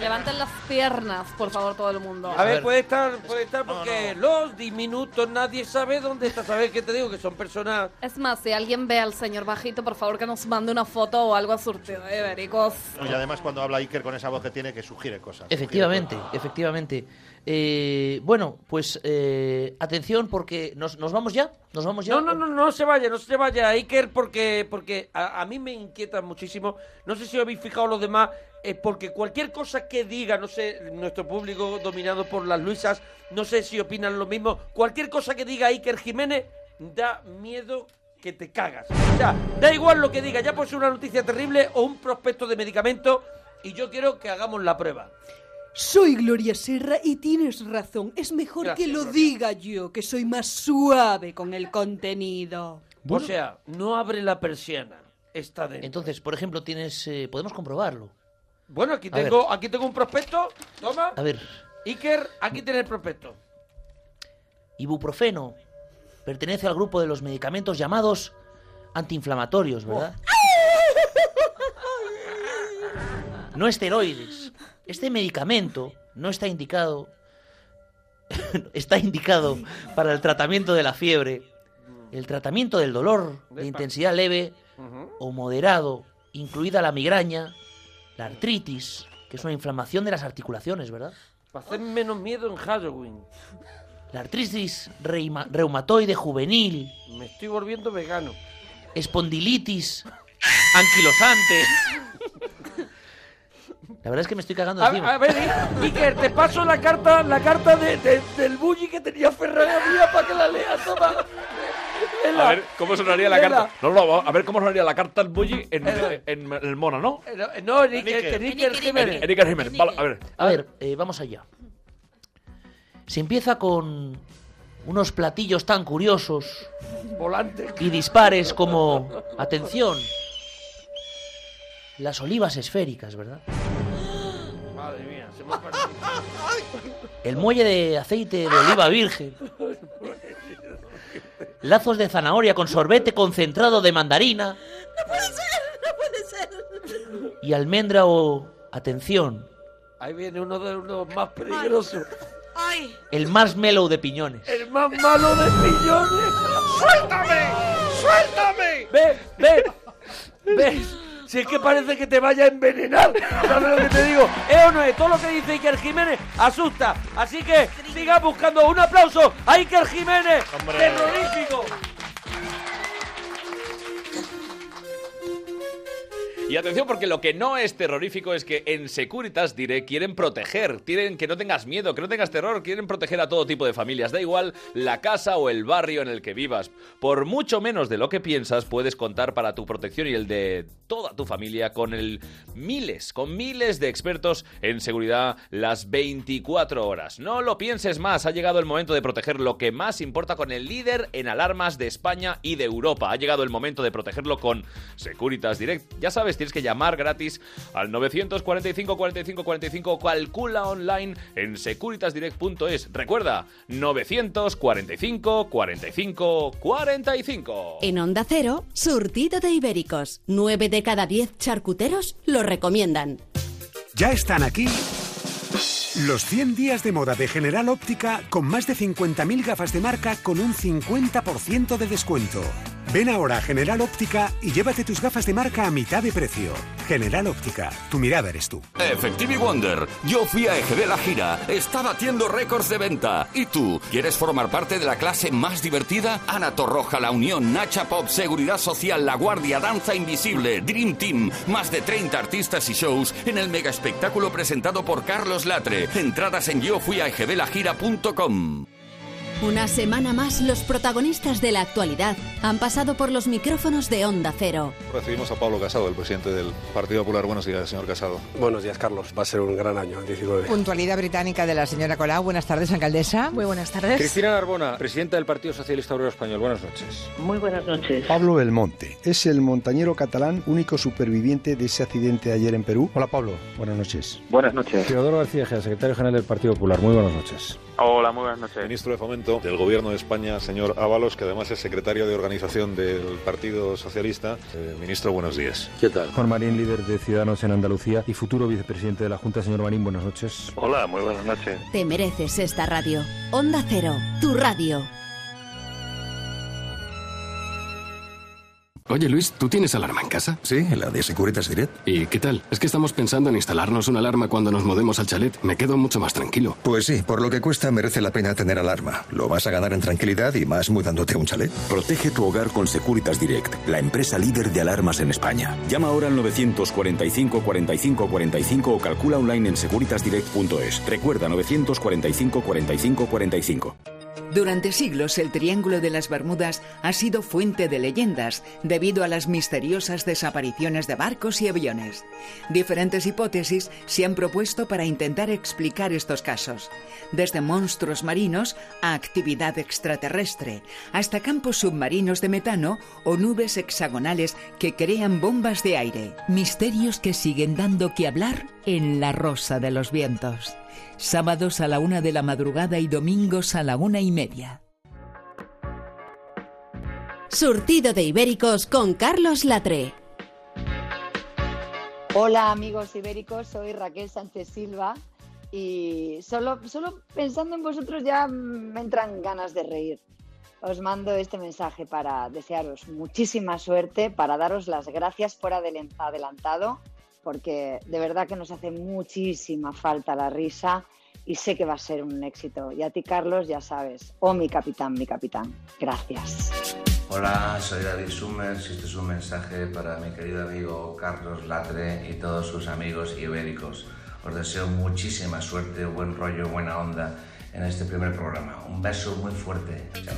Levanten las piernas, por favor, todo el mundo.
A ver, puede estar, puede estar porque los diminutos nadie sabe dónde está. ¿Sabes qué te digo? Que son personas.
Es más, si alguien ve al señor bajito, por favor que nos mande una foto o algo a surtido de Bericos.
No, y además cuando habla Iker con esa voz que tiene que sugiere cosas.
Efectivamente, efectivamente. Eh, bueno, pues eh, atención porque nos, nos vamos ya. Nos vamos ya.
No, no, no, no se vaya, no se vaya, Iker, porque, porque a, a mí me inquieta muchísimo. No sé si os habéis fijado los demás, eh, porque cualquier cosa que diga, no sé, nuestro público dominado por las Luisas, no sé si opinan lo mismo. Cualquier cosa que diga Iker Jiménez da miedo que te cagas. O sea, da igual lo que diga, ya puede ser una noticia terrible o un prospecto de medicamento, y yo quiero que hagamos la prueba.
Soy Gloria Serra y tienes razón. Es mejor
Gracias,
que lo
Gloria.
diga yo, que soy más suave con el contenido.
O sea, no abre la persiana. Está dentro.
Entonces, por ejemplo, tienes. eh, podemos comprobarlo.
Bueno, aquí
A ver.
tengo, aquí tengo un prospecto. Toma.
A ver,
Iker, aquí tiene el prospecto.
ibuprofeno pertenece al grupo de los medicamentos llamados antiinflamatorios, ¿verdad? No esteroides. Este medicamento no está indicado. <laughs> está indicado para el tratamiento de la fiebre, el tratamiento del dolor de intensidad leve o moderado, incluida la migraña, la artritis, que es una inflamación de las articulaciones, ¿verdad?
Para hacer menos miedo en Halloween.
La artritis reima- reumatoide juvenil,
Me estoy volviendo vegano.
espondilitis anquilosante. La verdad es que me estoy cagando
A,
encima.
a ver, I- Iker, te paso la carta, la carta de, de- del bully que tenía Ferran Adrià para que la leas. Toma. Lela,
A ver cómo sonaría la
Lela.
carta. No, no, a ver cómo sonaría la carta al bully en, en el mono, ¿no?
Eh, no, eh, No, en Iker,
Iker.
en Iker Jiménez.
En Iker Jiménez. Vale, a ver.
A ver, eh, vamos allá. Se empieza con unos platillos tan curiosos
Volante.
y dispares como, atención, las olivas esféricas, ¿verdad?
Madre mía, se me ha parecido.
El muelle de aceite de oliva virgen. Lazos de zanahoria con sorbete concentrado de mandarina
¡No puede ser! <laughs> ¡No puede ser!
y almendra o, atención,
Ahí viene uno de los más peligrosos.
¡Ay!
el marshmallow de piñones.
El más malo de millones. ¡Suéltame! ¡Suéltame! Ve, ve, ¿Ves? Si es que parece que te vaya a envenenar. ¿Sabes lo que te digo? ¿Eh o no es? Todo lo que dice Iker Jiménez asusta. Así que siga buscando. Un aplauso a Iker Jiménez.
Hombre.
Terrorífico.
Y atención, porque lo que no es terrorífico es que en Securitas, diré, quieren proteger, quieren que no tengas miedo, que no tengas terror, quieren proteger a todo tipo de familias, da igual la casa o el barrio en el que vivas. Por mucho menos de lo que piensas, puedes contar para tu protección y el de toda tu familia con el miles, con miles de expertos en seguridad las 24 horas. No lo pienses más, ha llegado el momento de proteger lo que más importa con el líder en alarmas de España y de Europa. Ha llegado el momento de protegerlo con Securitas Direct. Ya sabes, Tienes que llamar gratis al 945 45 45. Calcula online en securitasdirect.es. Recuerda, 945 45 45.
En Onda Cero, surtido de ibéricos. 9 de cada 10 charcuteros lo recomiendan.
Ya están aquí los 100 días de moda de General Óptica con más de 50.000 gafas de marca con un 50% de descuento. Ven ahora a General Óptica y llévate tus gafas de marca a mitad de precio. General Óptica, tu mirada eres tú.
Effective Wonder, yo fui a EGB la gira, está batiendo récords de venta. ¿Y tú? ¿Quieres formar parte de la clase más divertida? Ana Torroja, La Unión, Nacha Pop, Seguridad Social, La Guardia, Danza Invisible, Dream Team, más de 30 artistas y shows en el mega espectáculo presentado por Carlos Latre. Entradas en yo fui a egblagira.com.
Una semana más, los protagonistas de la actualidad han pasado por los micrófonos de Onda Cero.
Recibimos a Pablo Casado, el presidente del Partido Popular. Buenos días, señor Casado.
Buenos días, Carlos. Va a ser un gran año, el 19.
Puntualidad británica de la señora Colau. Buenas tardes, alcaldesa.
Muy buenas tardes.
Cristina Narbona, presidenta del Partido Socialista Obrero Español. Buenas noches.
Muy buenas noches.
Pablo Belmonte es el montañero catalán, único superviviente de ese accidente de ayer en Perú. Hola, Pablo. Buenas noches.
Buenas noches. Teodoro García secretario general del Partido Popular. Muy buenas noches.
Hola, muy buenas noches. Ministro de Fomento del Gobierno de España, señor Ábalos, que además es secretario de organización del Partido Socialista. Eh, ministro, buenos días.
¿Qué tal?
Juan Marín, líder de Ciudadanos en Andalucía y futuro vicepresidente de la Junta. Señor Marín, buenas noches.
Hola, muy buenas noches.
Te mereces esta radio. Onda Cero, tu radio.
Oye Luis, ¿tú tienes alarma en casa?
Sí, la de Securitas Direct.
¿Y qué tal? Es que estamos pensando en instalarnos una alarma cuando nos mudemos al chalet. Me quedo mucho más tranquilo.
Pues sí, por lo que cuesta merece la pena tener alarma. Lo vas a ganar en tranquilidad y más mudándote a un chalet.
Protege tu hogar con Securitas Direct, la empresa líder de alarmas en España. Llama ahora al 945 45 45 o calcula online en securitasdirect.es. Recuerda 945 45 45.
Durante siglos el Triángulo de las Bermudas ha sido fuente de leyendas debido a las misteriosas desapariciones de barcos y aviones. Diferentes hipótesis se han propuesto para intentar explicar estos casos, desde monstruos marinos a actividad extraterrestre, hasta campos submarinos de metano o nubes hexagonales que crean bombas de aire.
Misterios que siguen dando que hablar en La Rosa de los Vientos sábados a la una de la madrugada y domingos a la una y media.
Surtido de ibéricos con Carlos Latre.
Hola amigos ibéricos, soy Raquel Sánchez Silva y solo, solo pensando en vosotros ya me entran ganas de reír. Os mando este mensaje para desearos muchísima suerte, para daros las gracias por adelantado porque de verdad que nos hace muchísima falta la risa y sé que va a ser un éxito. Y a ti, Carlos, ya sabes. Oh, mi capitán, mi capitán. Gracias.
Hola, soy David Summers y este es un mensaje para mi querido amigo Carlos Latre y todos sus amigos ibéricos. Os deseo muchísima suerte, buen rollo, buena onda en este primer programa. Un beso muy fuerte. Chao.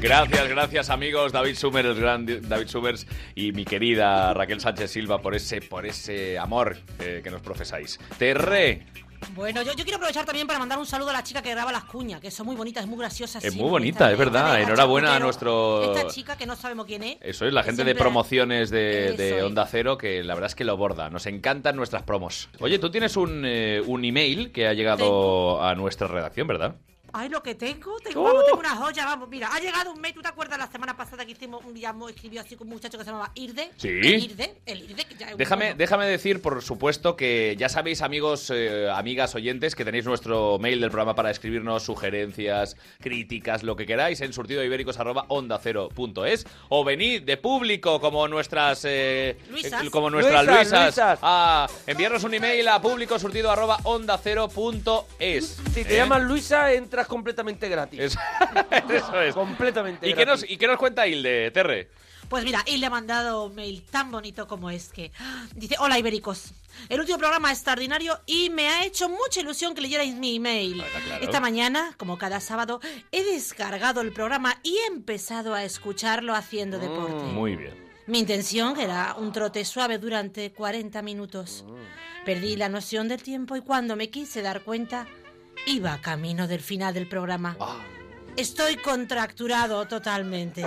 Gracias, gracias amigos, David Summers, el gran David Summers y mi querida Raquel Sánchez Silva por ese, por ese amor eh, que nos profesáis. E, Terre,
Bueno, yo, yo quiero aprovechar también para mandar un saludo a la chica que graba las cuñas, que son muy bonitas, muy graciosas.
es
sí,
muy bonita, es verdad.
Esta
Enhorabuena a
charcutero,
nuestro...
Esta chica que no sabemos quién es.
Eso es, la
que
gente de
siempre-
promociones de, de
Eso es.
Onda Cero que la verdad es que lo borda. Nos encantan nuestras promos. Oye, tú tienes un, eh, un email que ha llegado a nuestra redacción, ¿verdad?
Ay, lo que tengo, tengo, vamos, tengo una joya, vamos, mira, ha llegado un mail, ¿tú te acuerdas la semana pasada que hicimos un Villamo escribió así con un muchacho que se llamaba Irde?
Sí.
El Irde, el Irde, que ya es un
Déjame,
mono.
déjame decir, por supuesto, que ya sabéis, amigos, eh, amigas, oyentes, que tenéis nuestro mail del programa para escribirnos sugerencias, críticas, lo que queráis, en surtidoibéricos.onda0.es o venid de público como nuestras eh,
Luisas.
eh, como nuestras
Luisas,
Luisas,
Luisas.
a enviarnos un email a público surtido arroba onda cero punto es.
Si te
¿Eh?
llamas Luisa, entras completamente gratis.
<laughs> Eso es.
Completamente
¿Y qué,
gratis.
nos, ¿Y qué nos cuenta Hilde, Terre?
Pues mira, y le ha mandado un mail tan bonito como es que ¡ah! dice, hola ibéricos, el último programa es extraordinario y me ha hecho mucha ilusión que leyerais mi email.
claro.
Esta mañana, como cada sábado, he descargado el programa y he empezado a escucharlo haciendo deporte.
Mm, Muy bien.
Mi intención era un trote suave durante 40 minutos. Perdí la noción del tiempo y cuando me quise dar cuenta, iba camino del final del programa.
Ah.
Estoy contracturado totalmente.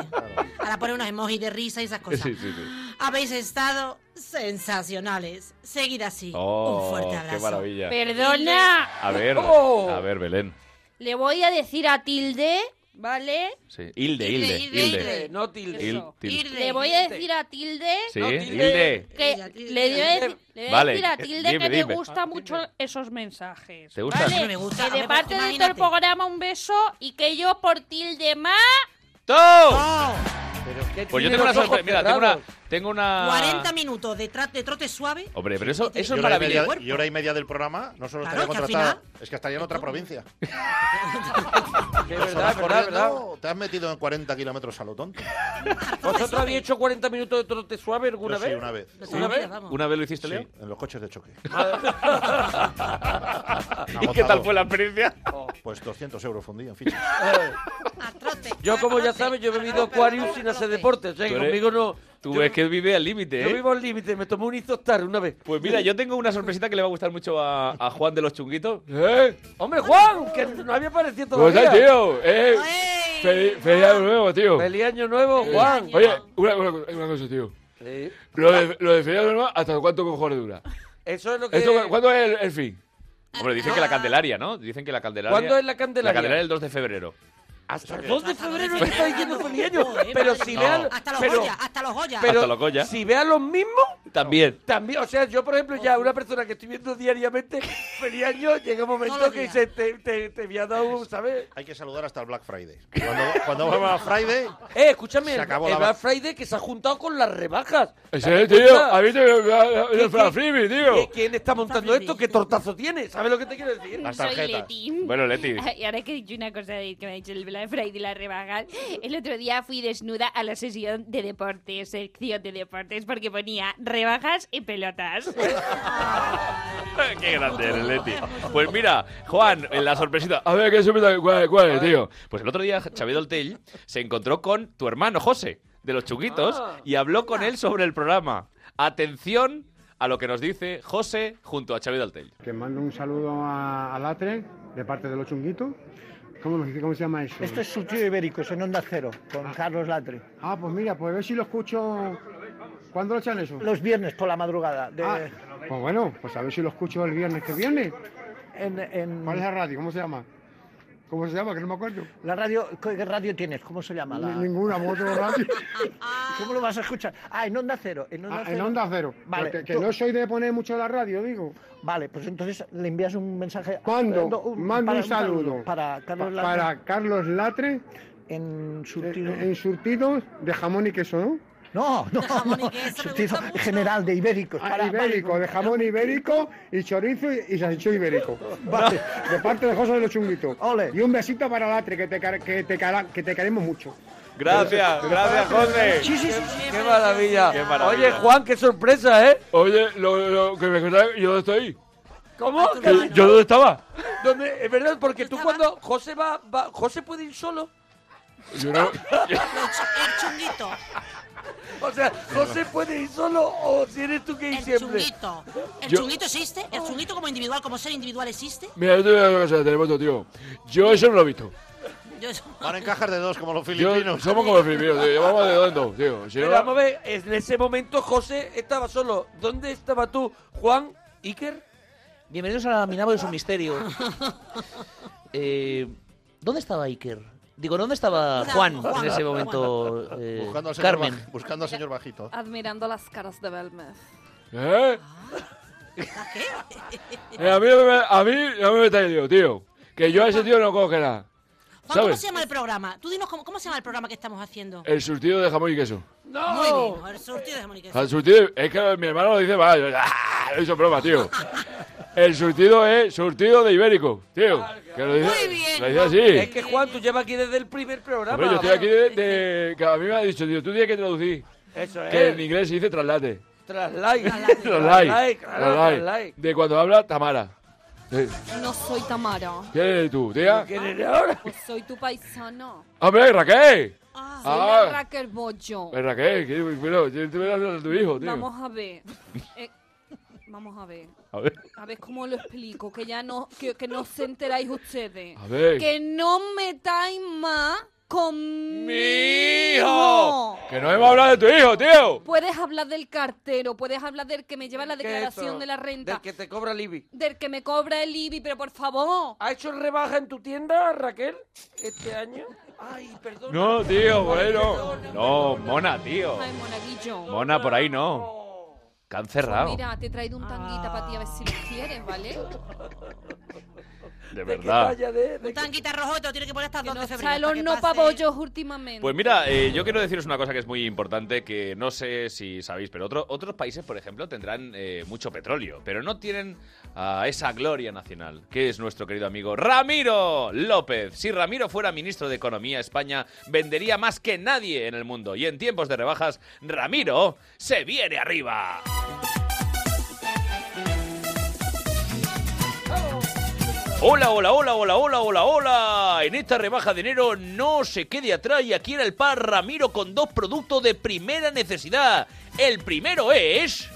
Ahora poner unos emojis de risa y esas cosas.
Sí, sí, sí.
Habéis estado sensacionales. Seguid así.
Oh,
Un fuerte
qué
abrazo.
maravilla.
Perdona.
A ver,
Oh.
a ver, Belén.
Le voy a decir a Tilde, ¿vale?
Sí. Hilde, Hilde, Hilde.
No tilde.
Il- til-
Le voy a decir a Tilde.
Sí, Hilde.
Que le voy a deci- le voy a decir,
Vale,
a
eh,
Tilde
dime,
que me
dime.
gustan mucho esos mensajes.
¿Te gustan?
¿vale?
A mí me
que de
hombre,
parte de todo el programa un beso y que yo por Tilde más.
Pues yo tengo una sorpresa. Mira, tengo una. Tengo una...
40 minutos de, tra- de trote suave.
Hombre, pero eso, eso
y
es
hora y
maravilloso.
media- y hora y media del programa no solo
Claro,
estaría
que al
contratada, es que estaría en otra provincia.
Que es verdad,
Dos horas
es verdad, es verdad.
corriendo, Te has metido en 40 kilómetros a lo tonto.
¿Vosotros habéis hecho 40 minutos de trote suave alguna
Yo sí,
vez?
una vez.
¿Una vez?
¿Una vez lo hiciste,
Sí,
<laughs> Leo?
en los coches de choque.
¿Y qué tal fue la experiencia?
Pues 200 euros fundí en ficha.
Yo, como ya sabes, yo he bebido Aquarius sin hacer deporte. O sea, que
Tú eres-
conmigo no...
Tú
yo-
ves que vive al límite, ¿eh?
Yo vivo al límite, me tomé un Izostar una vez.
Pues mira, yo tengo una sorpresita que le va a gustar mucho a, a Juan de los Chunguitos.
¡Eh! ¡Hombre, Juan! Que no había aparecido
Pues,
todavía.
tío, eh, feliz, feliz año nuevo, tío.
¡Feliz año nuevo,
Eh,
Juan!
Oye, una, una- una cosa, tío. Lo de, lo de feliz año nuevo, ¿hasta cuánto cojones dura?
Eso es lo que...
¿Esto cu- ¿Cuándo es el, el fin? Hombre, dicen que la Candelaria, ¿no? Dicen que la Candelaria...
Ah. ¿Cuándo es la Candelaria?
La Candelaria es el 2 de febrero.
Hasta el 2 de febrero te está diciendo feliz
<laughs>
año. Pero si
No.
vea... lo-
Hasta los
pero-
Goya, hasta los Goya.
Pero
Hasta los Goya.
si ve a los mismos...
También.
También, o sea, yo por ejemplo ya una persona que estoy viendo diariamente, feliz año, llega un momento que dice, te, te, te había dado, ¿sabes?
Hay que saludar hasta el Black Friday. Cuando, cuando vamos a Friday,
Eh, escúchame,
Se acabó
el
la-
Black Friday que se ha juntado con las rebajas.
Sí,
¿Te das
tío,
cuenta?
ha visto el- el- el
¿Qué-
Black
qué-
Friday, tío?
qué- ¿Quién está montando esto? ¿Qué tortazo tiene? ¿Sabes lo que te quiero decir?
Las
Soy
tarjetas.
Leti.
Bueno,
<laughs>
Leti.
Y ahora que he dicho una cosa de- que me ha dicho el Black Friday y la rebajas, el otro día fui desnuda a la sesión de deportes, sección de deportes, porque ponía rebajas y
<laughs>
pelotas.
Qué grande eres, Leti. Pues mira, Juan, en la sorpresita. A ver, ¿qué sorpresa? ¿Cuál, cuál es, tío? Pues el otro día Xavier Doltell se encontró con tu hermano José, de los Chunguitos,
Ah.
y habló con él sobre el programa. Atención a lo que nos dice José junto a Xavier Doltell.
Que mando un saludo a, a Latre, de parte de los chunguitos. ¿Cómo, cómo se llama eso?
Esto es Surtido Ibéricos, en Onda Cero, con Carlos Latre.
Ah, pues mira, pues a ver si lo escucho. ¿Cuándo lo echan eso?
Los viernes por la madrugada. de-
Ah, pues bueno, pues a ver si lo escucho el viernes que viene.
en, en-
¿Cuál es la radio? ¿Cómo se llama? ¿Cómo se llama? Que no me acuerdo.
la radio, ¿qué radio tienes? ¿Cómo se llama? La-
Ni- Ninguna, porque no tengo radio.
<laughs> ¿Cómo lo vas a escuchar? Ah, en Onda Cero. En Onda
Ah,
Cero.
en Onda Cero.
Vale,
Porque- que
tú-
no soy de poner mucho la radio, digo.
Vale, pues entonces le envías un mensaje.
Mando,
eh, no,
mando
para-
un saludo.
Para Carlos
Pa-
Latre.
Para Carlos Latre. Eh,
En surtido.
En, surtidos de jamón y queso, ¿no?
No, no, no. Surtido general de Ibéricos.
Ah,
para-
ibérico, de jamón ibérico y chorizo y, y salchichón ibérico.
Vale.
De parte de José de los Chunguitos. Y un besito para Latre, que te, car- que te, cara- que te queremos mucho.
Gracias, gracias, José.
Sí, sí, sí,
¡Qué maravilla!
Qué maravilla.
Oye, Juan, qué sorpresa, ¿eh?
Oye, lo, que me ¿yo dónde estoy?
¿Cómo?
¿Yo dónde estaba?
¿Dónde? Es verdad, porque tú cuando José va, va- José puede ir solo.
Yo no,
El chunguito. O sea, José puede ir solo o tienes tú que ir siempre.
Chunguito. ¿El
Yo-
chunguito existe? ¿El chunguito como individual, como ser individual existe?
mira, yo te voy a una cosa, tío. Yo eso no lo he visto.
Yo-
van en cajas de dos como los
Yo-
filipinos.
somos como los filipinos, tío. Vamos de dónde, tío. Si
Pero
no-
vamos a ver, en ese momento José estaba solo. ¿Dónde estaba tú, Juan Iker?
Bienvenidos a la Minabo de su misterio. Eh, ¿Dónde estaba Iker? Digo, ¿dónde estaba Juan en ese momento? eh,
buscando al señor
Carmen.
Baj- buscando al señor bajito.
Admirando las caras de Belmez.
¿Eh? Eh, a mí, no me- a mí no me metáis lío, tío. Que yo a ese tío no coge nada.
Juan, ¿cómo se
¿Sabes?
llama el programa? Tú dinos cómo, cómo se llama el programa que estamos haciendo.
El surtido de jamón y queso.
¡No! Muy bien, el surtido de jamón y queso.
El surtido, es que mi hermano lo dice mal. Yo, ¡ah! Lo hizo
<laughs>
broma, tío. El surtido es surtido de ibérico, tío. Que lo dice, lo dice
Es
así.
que Juan, tú llevas aquí desde el primer programa.
Hombre, yo estoy aquí de, de- que A mí me ha dicho, tío, tú tienes que traducir.
Eso es.
Que en inglés se dice traslate.
Traslay.
Traslay.
claro,
Traslay.
traslay.
De cuando habla Tamara. Sí.
No soy Tamara.
¿Quién eres tú, tía?
¿Quién Pues soy tu paisano.
¡Hombre, Raquel!
Soy
Ah.
la Raquel Bollo.
Pues Raquel, que, bueno, yo te voy a hablar de tu hijo, tío.
Vamos a
<laughs>
ver. Eh, vamos a ver.
A ver.
A ver cómo lo explico, que ya no, que, que no se enteráis ustedes.
A ver.
Que no metáis más
con mi
hijo! ¡Que no hemos hablado de tu hijo, tío!
Puedes hablar del cartero, puedes hablar del que me lleva la
¿Qué
declaración
eso?
de la renta,
Del que te cobra el IBI.
del que me cobra el IBI, pero por favor.
¿Ha hecho rebaja en tu tienda, Raquel, este año? Ay, perdón.
No, tío, bueno. No, mona, tío.
Ay, monaguillo.
Mona, por ahí no. Que han cerrado.
Mira, te he traído un tanguita para ti a ver si lo quieres, ¿vale?
De verdad.
Un tanguita rojo te lo tiene que poner hasta el 12 de febrero.
Está el horno para bollos últimamente.
Pues mira, eh, yo quiero deciros una cosa que es muy importante, que no sé si sabéis, pero otro- otros países, por ejemplo, tendrán eh, mucho petróleo, pero no tienen ah, esa gloria nacional, que es nuestro querido amigo Ramiro López. Si Ramiro fuera ministro de Economía, España vendería más que nadie en el mundo. Y en tiempos de rebajas, Ramiro se viene arriba. Hola, hola, hola, hola, hola, hola, hola. En esta rebaja de enero no se quede atrás y aquí en el par Ramiro con dos productos de primera necesidad. El primero es...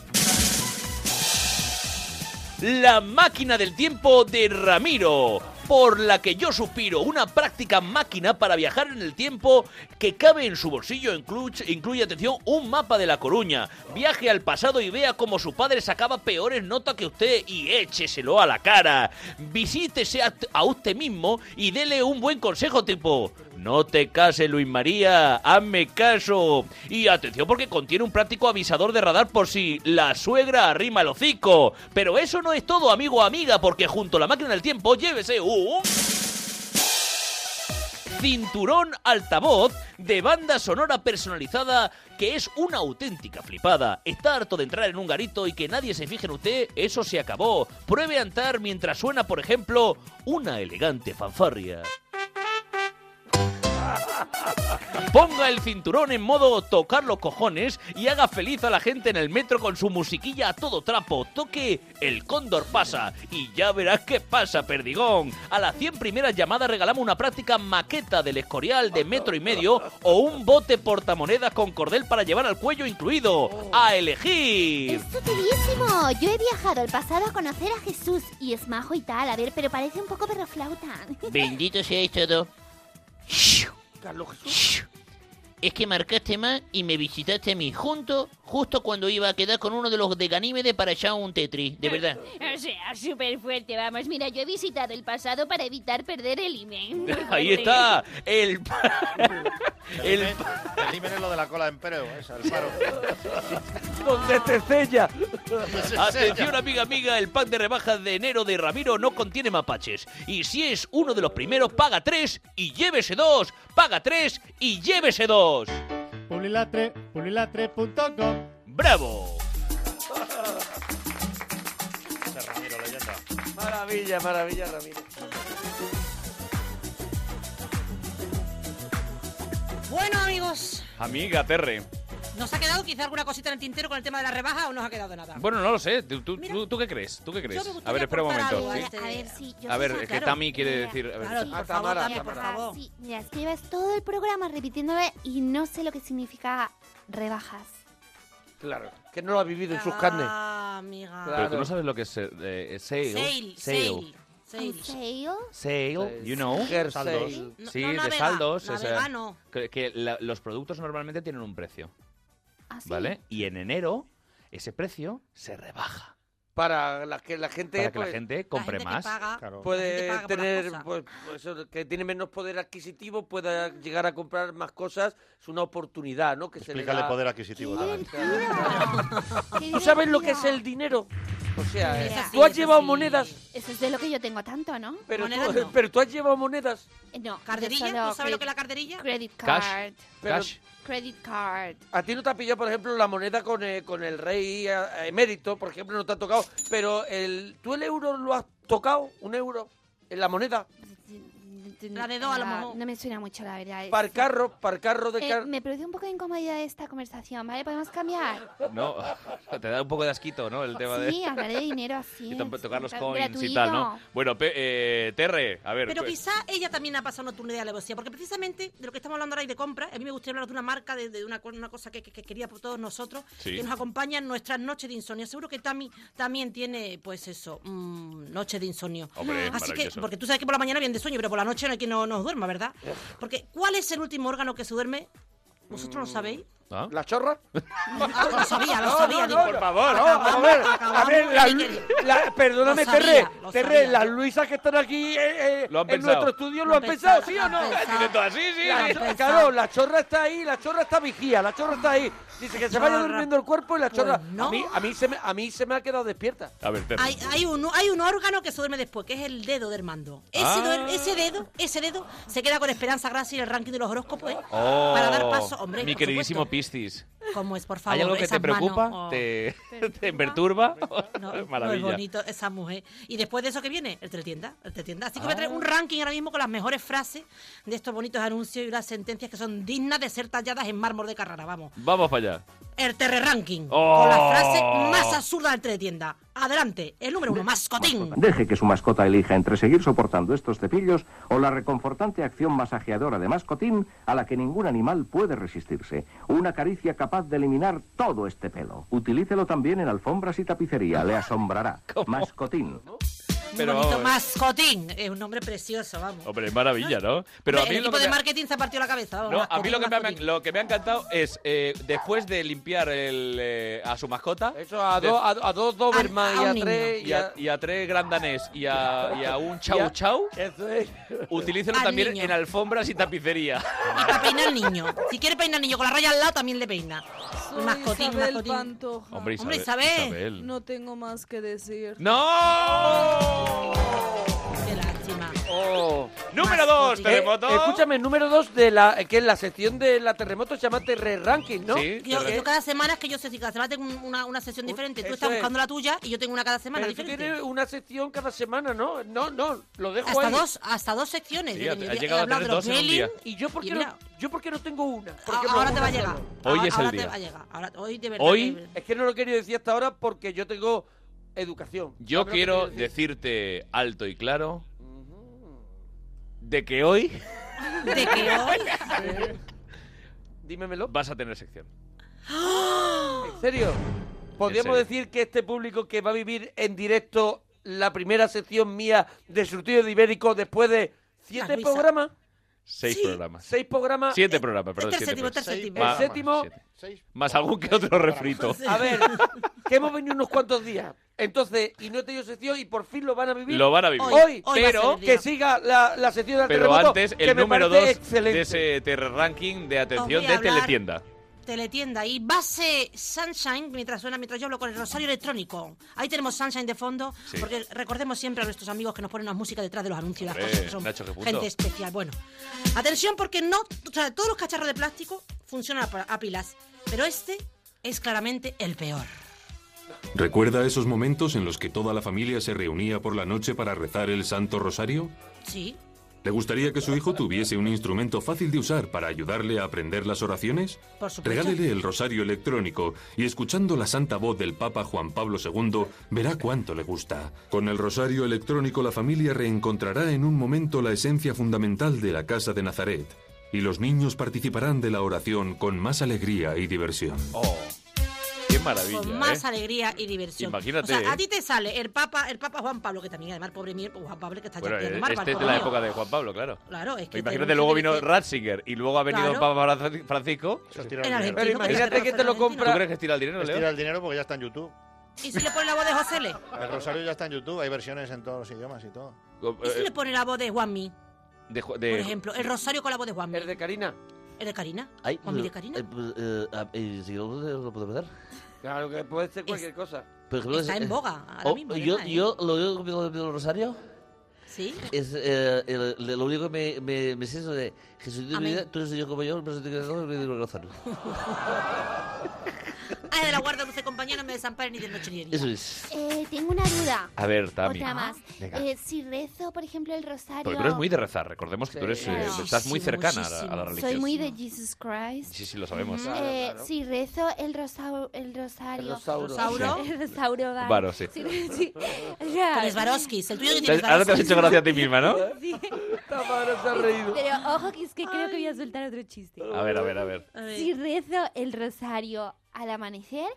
La máquina del tiempo de Ramiro, por la que yo suspiro, una práctica máquina para viajar en el tiempo que cabe en su bolsillo, incluye, incluye atención, un mapa de La Coruña. Viaje al pasado y vea cómo su padre sacaba peores notas que usted y écheselo a la cara. Visítese a, a usted mismo y dele un buen consejo tipo... No te cases, Luis María, hazme caso. Y atención porque contiene un práctico avisador de radar por si la suegra arrima el hocico. Pero eso no es todo, amigo o amiga, porque junto a la máquina del tiempo llévese un... Cinturón altavoz de banda sonora personalizada que es una auténtica flipada. Está harto de entrar en un garito y que nadie se fije en usted, eso se acabó. Pruebe a entrar mientras suena, por ejemplo, una elegante fanfarria. Ponga el cinturón en modo tocar los cojones y haga feliz a la gente en el metro con su musiquilla a todo trapo. Toque El Cóndor pasa y ya verás qué pasa, perdigón. A las 100 primeras llamadas regalamos una práctica maqueta del escorial de metro y medio o un bote portamonedas con cordel para llevar al cuello incluido. ¡A elegir!
¡Sutilísimo! Yo he viajado al pasado a conocer a Jesús y es majo y tal, a ver, pero parece un poco perroflauta.
Bendito este seáis todo.
Carlos Jesús.
Es que marcaste más y me visitaste a mí junto, justo cuando iba a quedar con uno de los de Ganímede para echar un Tetris, de verdad.
O sea, súper fuerte, vamos. Mira, yo he visitado el pasado para evitar perder
<laughs>
el imen.
Ahí está, el... el...
El himen es lo de la cola de empleo, esa, el paro.
Donde te sella.
Atención amiga amiga, el pack de rebajas de enero de Ramiro no contiene mapaches. Y si es uno de los primeros, paga tres y llévese dos. Paga tres y llévese dos.
Pulilatre, pulilatre.com.
¡Bravo!
<laughs> Maravilla, maravilla, Ramiro.
Bueno, amigos,
Amiga Terre.
¿nos ha quedado quizá alguna cosita en el tintero con el tema de la rebaja o no os ha quedado nada?
Bueno, no lo sé. ¿Tú, tú- tú- tú qué crees? ¿Tú qué crees?
me gustaría
A ver, espera un
aportar
momento.
algo a
¿sí?
este- A ver, sí, yo
A ver,
quizá,
es que
claro.
Tammy quiere decir... a ver.
Claro,
por favor, Tamara,
por
Tamara.
favor. Sí, mira, es que llevas todo el programa repitiéndome y no sé lo que significa rebajas.
Claro, que no lo ha vivido en sus carnes.
Ah, amiga.
Pero tú no sabes lo que es eh, eh, sale.
Sale,
Sale.
¿Sale?
Sale, you know.
Hair
Saldos.
sale. No,
Sí,
no
de
navega,
saldos. o sea,
navega no.
Que, que la- los productos normalmente tienen un precio.
¿Ah, sí?
¿Vale? Y en enero ese precio se rebaja.
Para la que la gente,
Para que
pues,
la gente compre más. Claro.
puede tener, pues, pues, eso, que tiene menos poder adquisitivo, pueda llegar a comprar más cosas. Es una oportunidad, ¿no? Que
Explícale
se le da...
poder adquisitivo
Claro.
también.
¿Tú sabes lo que es el dinero? O sea, eh,
Mira. Eso sí,
tú has
eso
llevado
sí.
monedas,
Eso es de lo que yo tengo tanto, ¿no? Eh,
pero tú, pero tú has llevado monedas.
No,
¿Carderilla?
yo solo
¿Tú sabes lo
cre-
que es la carderilla?
Credit
Cash.
card.
Pero-
Credit card.
A ti no te ha pillado, por ejemplo, la moneda con, eh, con el rey eh, emérito, por ejemplo, no te ha tocado. Pero el, tú el euro lo has tocado, un euro, en la moneda.
La
de dos, a lo mejor.
ah, No me suena mucho, la verdad.
Para el carro, para el carro de
Eh,
car-
me produce un poco de incomodidad esta conversación, ¿vale? ¿Podemos cambiar?
No, <laughs> te da un poco de asquito, ¿no? El tema
Sí, hablar de
de...
dinero así.
<laughs> Y tamp- tocar los
gra-
coins y tal, ¿no?
gratuito.
Bueno, pe- eh, Terre, a ver.
Pero
pues.
pe-
quizá ella también ha pasado una oportunidad de la negocia, porque precisamente de lo que estamos hablando ahora y de compra, a mí me gustaría hablar de una marca, de, de una, co- una cosa que, que- que quería por todos nosotros,
Sí.
que nos acompaña en nuestras noches de insomnio. Seguro que Tami también tiene, pues eso, mm, noches de insomnio.
Hombre,
Así que,
maravilloso.
porque tú sabes que por la mañana viene de sueño, pero por la noche no hay quien no nos duerma, ¿verdad? Porque, ¿cuál es el último órgano que se duerme? ¿Vosotros lo sabéis?
¿La chorra?
Ah, lo sabía, lo sabía, digo.
por favor, no,
Acabamos,
a ver, a
acabamos.
ver, la- la- perdóname,
Lo sabía,
Terre,
lo
Terre,
sabía.
las Luisas que están aquí eh, eh,
Lo han
en
pensado.
nuestro estudio lo,
Lo
han
han
pensado,
pensado,
¿sí o
lo han
no?
pensado. Tiene todas, sí,
La
sí, sí.
cho-
Lo han pensado.
claro, la chorra está ahí, la chorra está vigía, la chorra está ahí. Dice que se vaya
Chorra.
durmiendo el cuerpo y la chorra.
Pues no.
a, mí, a, mí se me, a mí se me ha quedado despierta.
A ver, Terre.
Hay, hay un, hay un órgano que se duerme después, que es el dedo de Armando. Ese,
Ah.
duer- ese dedo, ese dedo se queda con Esperanza Gracia en el ranking de los horóscopos, ¿eh?
Oh,
Para dar paso, hombre.
mi
por
queridísimo
supuesto.
Piscis.
¿Cómo es, por favor?
¿Hay algo que te
esas
preocupa?
manos, oh.
¿Te, <laughs> te perturba? Maravilla.
Muy bonito esa mujer. Y después de eso, ¿qué viene? El teletienda. El teletienda. Así que voy a
Ah.
traer un ranking ahora mismo con las mejores frases de estos bonitos anuncios y las sentencias que son dignas de ser talladas en mármol de Carrara. Vamos.
Vamos para allá.
El Terre Ranking.
Oh.
Con la frase más absurda del teletienda. Adelante. El número uno, mascotín.
Deje que su mascota elija entre seguir soportando estos cepillos o la reconfortante acción masajeadora de mascotín a la que ningún animal puede resistirse. Una caricia capaz de eliminar todo este pelo. Utilícelo también en alfombras y tapicería. Le asombrará. Mascotín.
Pero
Bonito,
vamos,
mascotín. Es un nombre precioso, vamos.
Hombre, maravilla, ¿no? Pero a
Hombre,
mí
el
lo
equipo
que
de
me-
marketing se ha partido la cabeza. vamos,
No, a
mascotín,
mí lo que, me, ha-
mascotín.
lo que me ha encantado es, eh, después de limpiar el, eh, a su mascota...
Eso a, dos- a, a dos Doberman y a tres.
y a, y a tres grandanés y a, y a un chau chau,
Eso es.
utilícelo
Al
también
niño.
en alfombras y tapicería.
Y para peinar al niño. Si quiere peinar al niño con la raya al lado, también le peina. mascotín,
Isabel
mascotín.
Pantoja.
Hombre,
Hombre,
Isabel-
Isabel.
Isabel.
No tengo más que decir.
¡No!
Qué lástima.
Oh.
Número dos, terremoto.
Eh, escúchame, número dos de la que es la sección de la terremoto se llama Terre Ranking, ¿no?
Sí,
Yo,
Que-
yo cada semana es que yo sé si cada semana tengo un- una, una sesión diferente. Tú
eso
estás buscando
es.
la tuya y yo tengo una cada semana
Pero tú
diferente.
tienes una sección cada semana, ¿no? No, no, lo dejo
Hasta
ahí.
dos, hasta dos secciones.
Sí,
Yo
ha-
tenía-
ha
he
llegado a
hablado de
tener
los
dos en un día.
mailing
¿Y yo por qué
y
no-
mira,
Yo porque no tengo una.
a-
Porque me
Ah, ahora te va a
gusta
llegar. Ah,
hacerlo.
Hoy
ahora,
es el
ahora
día.
te va a llegar. Ahora- hoy de verdad.
Hoy-
Es que no lo quería decir hasta ahora porque yo tengo educación.
Yo
¿Sabes lo que
quiero decirte alto y claro de que hoy
que- de que hoy-
Dímemelo.
vas a tener sección.
<laughs> ¿En serio? ¿Podríamos
serio.
decir que este público que va a vivir en directo la primera sección mía de surtido de ibérico después de
La
siete
Luisa.
programas?
Seis programas.
Seis programas.
Siete programas, perdón.
este
siete
séptimo, este
programas. Seis
séptimo. El
más-
séptimo-
siete. Más algún que otro refrito.
A ver, que hemos venido unos cuantos días. Entonces, y no he tenido sección y por fin lo van a vivir.
Lo van a vivir. Hoy,
Hoy,
hoy va a ser
pero
el día.
que siga la, la sección del
Pero
terremoto,
antes,
que
el
me
número dos
parece excelente.
de ese terre ranking de atención
Os voy a
de
hablar-
Teletienda.
Teletienda y base Sunshine, mientras suena, mientras yo hablo con el Rosario Electrónico. Ahí tenemos Sunshine de fondo,
Sí.
porque recordemos siempre a nuestros amigos que nos ponen las músicas detrás de los anuncios. y las
Hombre,
cosas, que son
Nacho, qué punto.
gente especial. Bueno, atención porque no, o sea, todos los cacharros de plástico funcionan a, pa- a pilas, pero este es claramente el peor.
¿Recuerda esos momentos en los que toda la familia se reunía por la noche para rezar el Santo Rosario?
Sí.
¿Le gustaría que su hijo tuviese un instrumento fácil de usar para ayudarle a aprender las oraciones?
Por supuesto.
Regálele el rosario electrónico y escuchando la santa voz del Papa Juan Pablo II verá cuánto le gusta. Con el rosario electrónico la familia reencontrará en un momento la esencia fundamental de la casa de Nazaret y los niños participarán de la oración con más alegría y diversión.
Oh, qué maravilla.
Con más
¿eh?
alegría y diversión.
Imagínate,
O sea, a
¿eh?
ti te sale el Papa, el Papa Juan Pablo, que también además, pobre mío, Juan Pablo que está
Bueno,
ya
eh,
pidiendo mármol,
este es de
pobre
la
mío.
época de Juan Pablo, claro.
Claro, es que
Imagínate,
tenemos
luego
que
vino
decir-
Ratzinger y luego ha venido
Claro.
Papa Fra- Francisco.
el dinero.
Pero imagínate que te lo
¿Tú
compra.
crees que estira el dinero,
Les
Leo?
tira el dinero porque ya está en YouTube.
¿Y si le pone la voz de
<laughs>
José Le?
El Rosario ya está en YouTube, hay versiones en todos los idiomas y todo.
¿Y
eh,
si le pone la voz de Juanmi?
De, Ju-
Por
de-
ejemplo, el Rosario con la voz de Juanmi. ¿El
de Karina?
¿El de Karina?
Ay,
¿Juanmi de Karina?
eh, pues, eh, ah, eh, si lo puedo- lo puedo ver.
Claro, que puede ser cualquier cosa.
Por ejemplo,
Está
es-
en
eh, <laughs>
boga ahora
oh,
mismo,
Yo,
además, ¿eh?
yo lo único que pido- pido al Rosario
¿Sí?
es eh, el- le- lo único que me, me, me sé es lo de Jesús de mi
Amén.
vida, tú eres el Dios como yo, el presidente que no, el presidente que Rosario.
Ay, de la guarda dulce compañía, no me desamparen ni de noche ni de día.
Eso es.
Eh, tengo una duda.
A ver, Tami.
Otra más.
Venga.
Eh, si rezo, por ejemplo, el rosario.
Porque tú eres muy de rezar, recordemos que tú eres,
Sí.
eh, estás muy
Muchísimo,
cercana a la- a la,
muchísimo.
religión.
Soy muy de Jesus Christ.
Sí, sí, lo sabemos.
Ujú. Eh, Si rezo el, rosa- el rosario.
El rosauro. Rosauro.
<laughs> El rosauro vale.
Varo, sí.
Si re- sí. O sea,
Con Swarovskis, el tuyo no
Te-
tiene
Ahora te has
Swarovskis.
hecho gracia a ti misma, ¿no?
sí.
Tamara se ha reído.
Pero ojo, que es que creo que voy a soltar otro chiste.
A ver, a ver, a ver.
Si rezo el rosario al amanecer,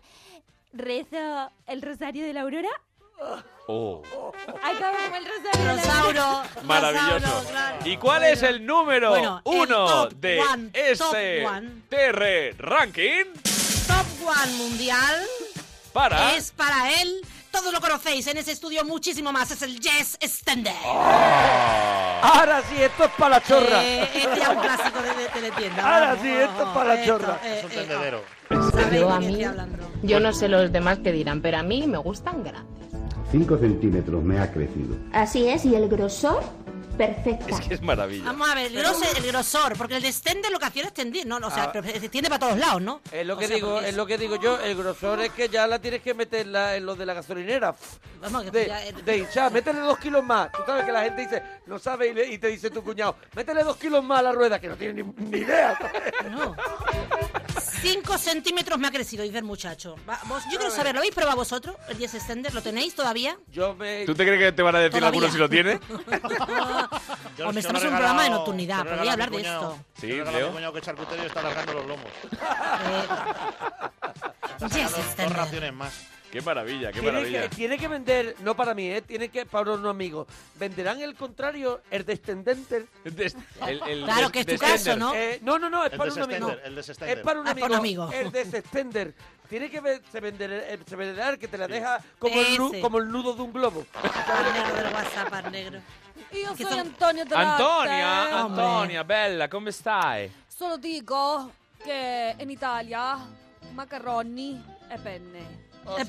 rezo el rosario de la aurora
Oh.
Acaba como el rosario.
Rosauro.
Maravilloso. ¿Y cuál es el número
Bueno, el
uno
top
de
one,
este
top one.
TR Ranking?
Top One Mundial
Para.
es para él. Todos lo conocéis en ese estudio muchísimo más. Es el Jess Stender.
Oh. Ahora sí, esto es para la chorra.
Eh, este ya es un clásico de, de teletienda.
Ahora
vamos,
sí, esto es
vamos,
para la
esto,
chorra.
eh, eh,
Yo a mí, yo no sé los demás que dirán, pero a mí me gustan grandes.
5 centímetros me ha crecido.
Así es, y el grosor, perfecta.
Es maravilla.
Vamos a ver, el, grose- el grosor, porque el de Stender lo que hacía era extender, no, no, o sea,
Ah.
pero se extiende para todos lados, ¿no?
Es lo que
O sea,
digo,
porque
es lo que digo yo, el grosor es que ya la tienes que meterla en lo de la gasolinera. pf,
Vamos, que ya eh,
De,
el-
de hinchar, métele dos kilos más. Tú sabes que la gente dice, no sabe, y, le- y te dice tu cuñado, métele dos kilos más a la rueda, que no tiene ni, ni idea.
5 centímetros me ha crecido, dice el muchacho. Va, vos- yo quiero saber, ¿lo habéis probado vosotros? El 10 extender, ¿lo tenéis todavía?
Yo me...
¿Tú te crees que te van a decir
Todavía.
algunos si
<laughs>
lo tiene?
Hombre, estamos en un programa de nocturnidad, podría hablar de esto.
Sí,
Yo
Leo.
mi cuñado que charcutería está alargando los lomos.
Está
sacando dos raciones más.
Qué maravilla, qué
Tiene
maravilla.
que, tiene que vender, no para mí, ¿eh? tiene que para unos amigos. Venderán el contrario, el descendente.
el- el
Claro, des- que es tu descender. caso, ¿no?
Eh, no, no, no, es
El
para un amigo.
descender, el descender.
es para un
Ah,
amigo.
para un amigo.
El descender. Tiene que ver- se venderá, eh, se venderá el que te la deja como el, nu-
Ese.
como el nudo de un globo.
Del WhatsApp al negro.
Io sono Antonio Dell'Arte.
Antonia, Antonia, bella, come stai?
Solo dico che in Italia macaroni e penne.
E
O sea,
È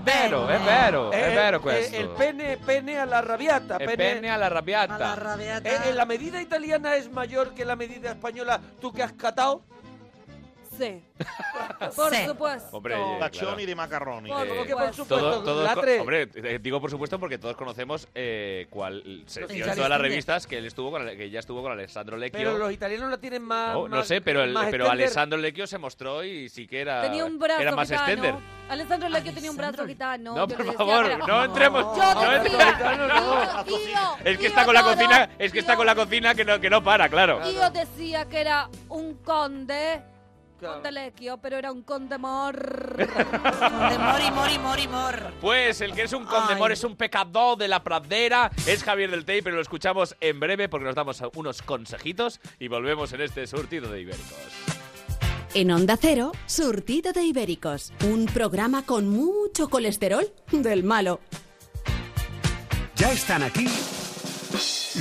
vero, è vero, è
Eh,
vero pues
eh,
questo.
El pene, pene a la rabiata.
E penne alla arrabbiata.
rabiata. ¿La medida italiana es mayor que la medida española tú que has catado? <laughs>
Sí. Por supuesto.
Hombre, oye,
Taccioni
claro.
di macarroni.
Por
Eh,
supuesto.
todo- todos co-
Latre.
hombre, eh, digo por supuesto porque todos conocemos eh, cuál
Los
sección de
italianos
todas las
tienen.
revistas que él estuvo con, Ale- que ya estuvo con Alessandro Lecchio.
Pero los italianos la tienen más.
no, no
más-
sé, pero, el-
más
pero
extender.
Alessandro Lecchio se mostró y sí que era,
Tenía un brazo
ah, era más
gitano.
extender.
Alessandro Lecchio tenía un brazo gitano.
No, por
Yo te decía,
favor,
mira,
no entremos-
Yo
no
te
entremos-
decía,
no, no,
Tío, tío,
Es que
tío,
está con la
todo.
cocina, es que está con la cocina que no, que no para, claro.
Tío decía que era un conde.
Claro.
Conde Lecchio, pero era un conde mor.
De mori, mori, mori, mor.
Pues el que es un condemor,
Ay.
es un pecador de la pradera, es Javier del Tey, pero lo escuchamos en breve porque nos damos unos consejitos y volvemos en este surtido de ibéricos.
En Onda Cero, Surtido de Ibéricos, un programa con mucho colesterol del malo.
Ya están aquí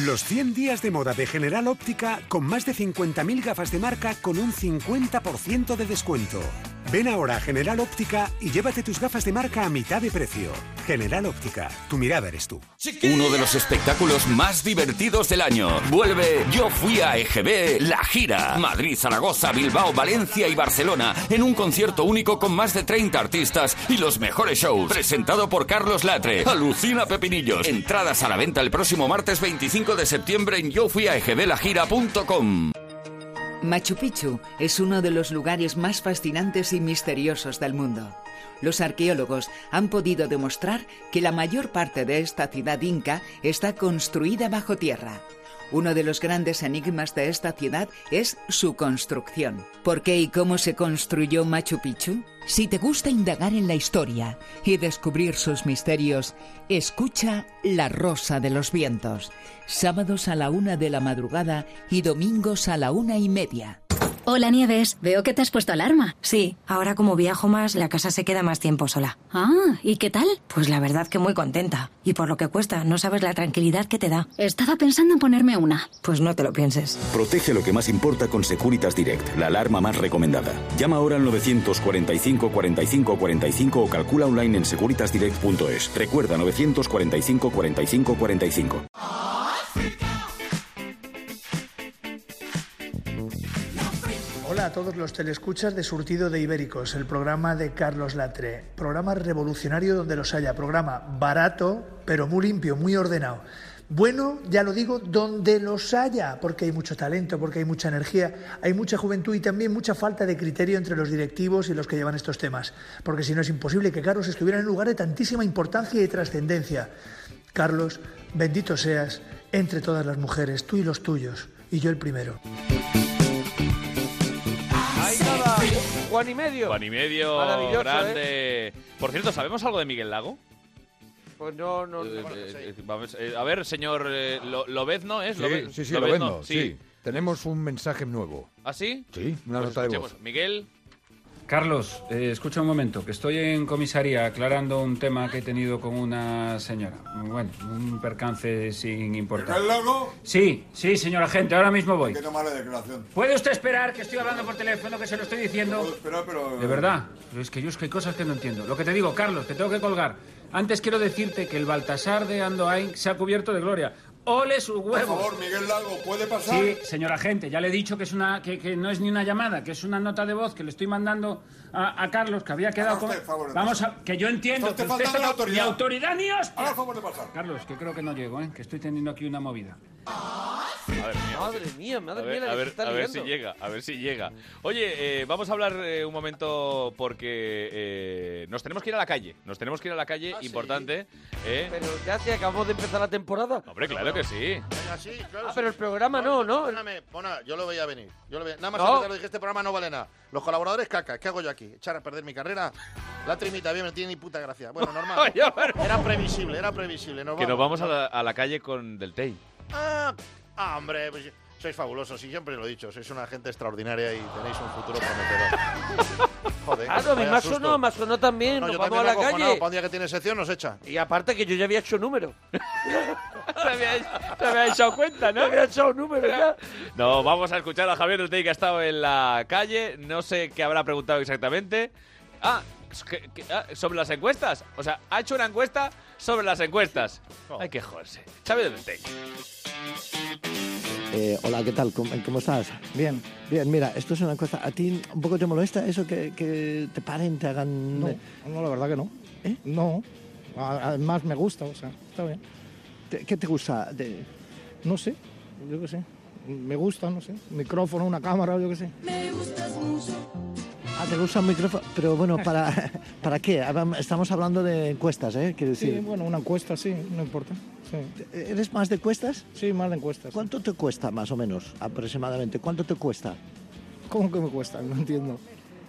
los 100 días de moda de General Óptica con más de 50.000 gafas de marca con un 50% de descuento. Ven ahora a General Óptica y llévate tus gafas de marca a mitad de precio. General Óptica, tu mirada eres tú.
Uno de los espectáculos más divertidos del año. Vuelve Yo fui a EGB, la gira. Madrid, Zaragoza, Bilbao, Valencia y Barcelona. En un concierto único con más de 30 artistas y los mejores shows. Presentado por Carlos Latre. Alucina Pepinillos. Entradas a la venta el próximo martes 25 de septiembre en yo fui a E egblagira.com.
Machu Picchu es uno de los lugares más fascinantes y misteriosos del mundo. Los arqueólogos han podido demostrar que la mayor parte de esta ciudad inca está construida bajo tierra. Uno de los grandes enigmas de esta ciudad es su construcción. ¿Por qué y cómo se construyó Machu Picchu? Si te gusta indagar en la historia y descubrir sus misterios, escucha La Rosa de los Vientos, sábados a la una de la madrugada y domingos a la una y media. Hola Nieves, veo que te has puesto alarma. Sí, ahora como viajo más, la casa se queda más tiempo sola. Ah, ¿y qué tal? Pues la verdad que muy contenta. Y por lo que cuesta, no sabes la tranquilidad que te da. Estaba pensando en ponerme una. Pues no te lo pienses.
Protege lo que más importa con Securitas Direct, la alarma más recomendada. Llama ahora al 945 45 45 o calcula online en securitasdirect.es. Recuerda 945 45 45.
Hola a todos los telescuchas de Surtido de Ibéricos, el programa de Carlos Latre. Programa revolucionario donde los haya. Programa barato, pero muy limpio, muy ordenado. Bueno, ya lo digo, donde los haya, porque hay mucho talento, porque hay mucha energía, hay mucha juventud y también mucha falta de criterio entre los directivos y los que llevan estos temas. Porque si no es imposible que Carlos estuviera en un lugar de tantísima importancia y trascendencia. Carlos, bendito seas entre todas las mujeres, tú y los tuyos, y yo el primero.
Ahí estaba. Juan y medio.
Juan y medio,
Maravilloso, ¿eh?
grande. Por cierto, ¿sabemos algo de Miguel Lago?
Pues no, no,
Eh,
no.
eh, eh, vamos, eh, a ver, señor eh, Lo- Lobezno, ¿es?
Sí,
Lobe-
sí, sí, lo
Lobezno,
vendo, sí. Tenemos un mensaje nuevo.
¿Ah, sí?
Sí, una
Pues
nota de
escuchemos.
voz.
Miguel,
Carlos, eh, escucha un momento, que estoy en comisaría aclarando un tema que he tenido con una señora. Bueno, un percance sin importancia.
¿Está el lago?
Sí, sí, señor agente, ahora mismo voy.
Qué no mala declaración.
¿Puede usted esperar que estoy hablando por teléfono, que se lo estoy diciendo?
Puedo esperar, pero...
De verdad, pero es que yo es que hay cosas que no entiendo. Lo que te digo, Carlos, te tengo que colgar. Antes quiero decirte que el Baltasar de Andoain se ha cubierto de gloria. ¡Ole sus
Por
huevos!
favor, Miguel Lago, ¿puede pasar?
Sí, señora gente, ya le he dicho que es una que, que no es ni una llamada, que es una nota de voz que le estoy mandando a, a Carlos, que había quedado con... Vamos a que yo entiendo
Está
que
usted
usted
faltando a la
está- ni
autoridad.
autoridad ni hostia.
Haga el favor de pasar.
Carlos, que creo que no llego, ¿eh? que estoy teniendo aquí una movida.
Madre mía.
Madre mía,
A
madre mía,
ver,
la
a
que
ver,
se está
a ver si
liando.
llega, a ver si llega. Oye, eh, vamos a hablar eh, un momento porque eh, nos tenemos que ir a la calle. Nos tenemos que ir a la calle, importante. ¿eh?
Ah, Pero ya se acabó de empezar la temporada.
Hombre, claro que sí.
Ah, pero el programa no, ¿no?
Perdóname, Mona, yo lo veía venir. Yo lo veía. Nada más
No.
antes te lo dije, este programa no vale nada. Los colaboradores caca, ¿qué hago yo aquí? ¿Echar a perder mi carrera? La trimita, bien, no tiene ni puta gracia. Bueno,
<laughs>
normal. era previsible, era previsible. Nos
Que nos
vamos.
vamos a la, a la calle con Del Tey.
Ah, ah, hombre, pues, sois fabulosos y siempre lo he dicho, sois una gente extraordinaria y tenéis un futuro prometedor.
<laughs>
Joder,
Ah, no, a mí
vaya
me ha
susto.
sonado, me ha sonado también.
No,
Nos
yo
vamos
también
a la
acojonado,
calle.
Para un día que tiene sección nos echa.
Y aparte que yo ya había hecho número.
Te había- te había echado cuenta, ¿no?
había echado número ya.
No, vamos a escuchar a Javier Del Tey que ha estado en la calle. No sé qué habrá preguntado exactamente. Ah, que- que- ah, sobre las encuestas. O sea, ha hecho una encuesta sobre las encuestas. Hay que joderse. Xavi Del Tey.
Eh, hola, ¿qué tal? ¿Cómo, cómo estás? Bien, bien, mira, esto es una cosa. ¿A ti un poco te molesta eso que, que te paren, te hagan.? ¿Eh?
No, no, la verdad que no. No. A- Además me gusta, o sea, está bien.
¿Te- ¿Qué te gusta? De-
No sé, yo qué sé. Me gusta, no sé. Un micrófono, una cámara, yo qué sé.
Me gustas mucho.
Ah, te gusta un micrófono. Pero bueno, ¿para, <laughs> ¿para qué? Habam- Estamos hablando de encuestas, ¿eh? Quiero
Sí,
decir.
bueno, una encuesta, sí, no importa. Sí.
¿Eres más de encuestas?
Sí, más de encuestas.
¿Cuánto te cuesta, más o menos, aproximadamente? ¿Cuánto te cuesta?
¿Cómo que me cuesta? No entiendo.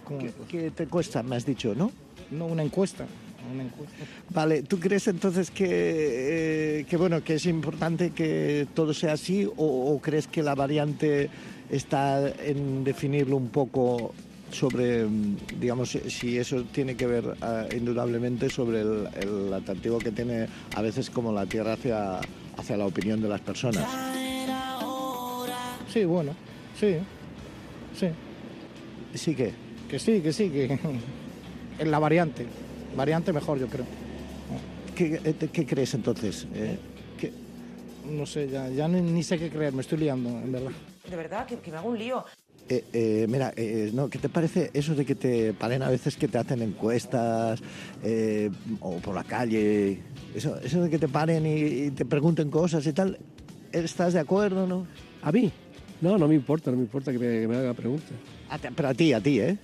¿Cómo
¿Qué,
me cuesta?
qué te cuesta? Me has dicho, ¿no?
No, una encuesta. Una encuesta.
Vale, ¿tú crees entonces que, eh, que, bueno, que es importante que todo sea así o, o crees que la variante está en definirlo un poco sobre, mm, digamos, si- si eso tiene que ver eh, indudablemente sobre el, el atractivo que tiene a veces como la Tierra hacia, hacia la opinión de las personas?
Sí, bueno, sí. Sí.
Sí que...
Que sí, que sí, que. <laughs> En la variante. Variante mejor, yo creo.
¿Qué, eh, te- qué crees entonces? Eh, que-
No sé, ya, ya ni, ni sé qué creer, me estoy liando, en verdad.
De verdad, que, que me hago un lío.
Eh, eh, mira, eh, no, ¿qué te parece eso de que te paren a veces que te hacen encuestas eh, o por la calle? Eso, eso de que te paren y, y te pregunten cosas y tal. ¿Estás de acuerdo o no?
¿A mí? No, no me importa, no me importa que me, que me haga preguntas.
A ti- pero a ti, a ti, ¿eh?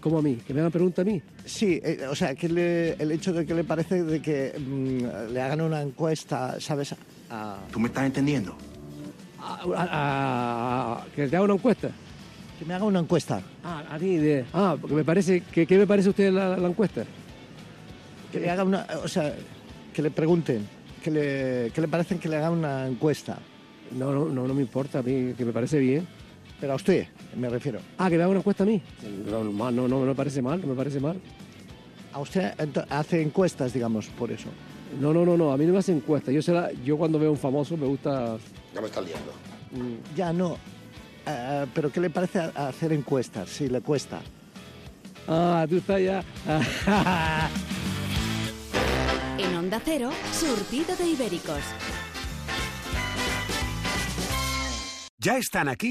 ¿Cómo a mí? ¿Que me hagan pregunta a mí?
Sí, eh, o sea, que le- el hecho de que le parece de que mm, le hagan una encuesta, ¿sabes? A-
¿Tú me estás entendiendo? ¿Que te haga una encuesta?
que me haga una encuesta.
Ah, a mí de... Ah, porque me parece... ¿Qué, qué me parece a usted la, la encuesta?
Que le haga una, o sea, que le pregunten, que le, que le parecen que le haga una encuesta.
No, no, no, no me importa a mí, que me parece bien.
Pero a usted, me refiero.
Ah, ¿que me haga una encuesta a mí? No, no, mal, no, no, no me parece mal, no me parece mal.
A usted ento- hace encuestas, digamos, por eso.
No, no, no, no, a mí no me hace encuesta. Yo, se la- yo cuando veo a un famoso me gusta...
Ya me estás liando. Mm, Ya no. Ah, pero ¿qué le parece a- a hacer encuestas? Si le cuesta.
Ah, tú estás ya... <laughs>
En Onda Cero, surtido de ibéricos.
Ya están aquí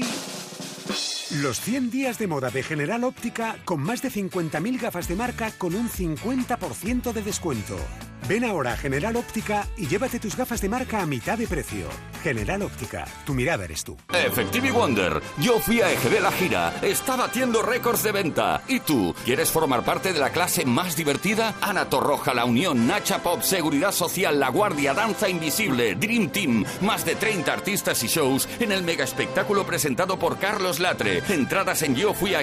los 100 días de moda de General Óptica con más de 50.000 gafas de marca con un 50% de descuento. Ven ahora a General Óptica y llévate tus gafas de marca a mitad de precio. General Óptica, tu mirada eres tú.
Effectivity Wonder, yo fui a EGB la gira, está batiendo récords de venta. ¿Y tú? ¿Quieres formar parte de la clase más divertida? Ana Torroja, La Unión, Nacha Pop, Seguridad Social, La Guardia, Danza Invisible, Dream Team, más de 30 artistas y shows en el mega espectáculo presentado por Carlos Latre. Entradas en yo fui a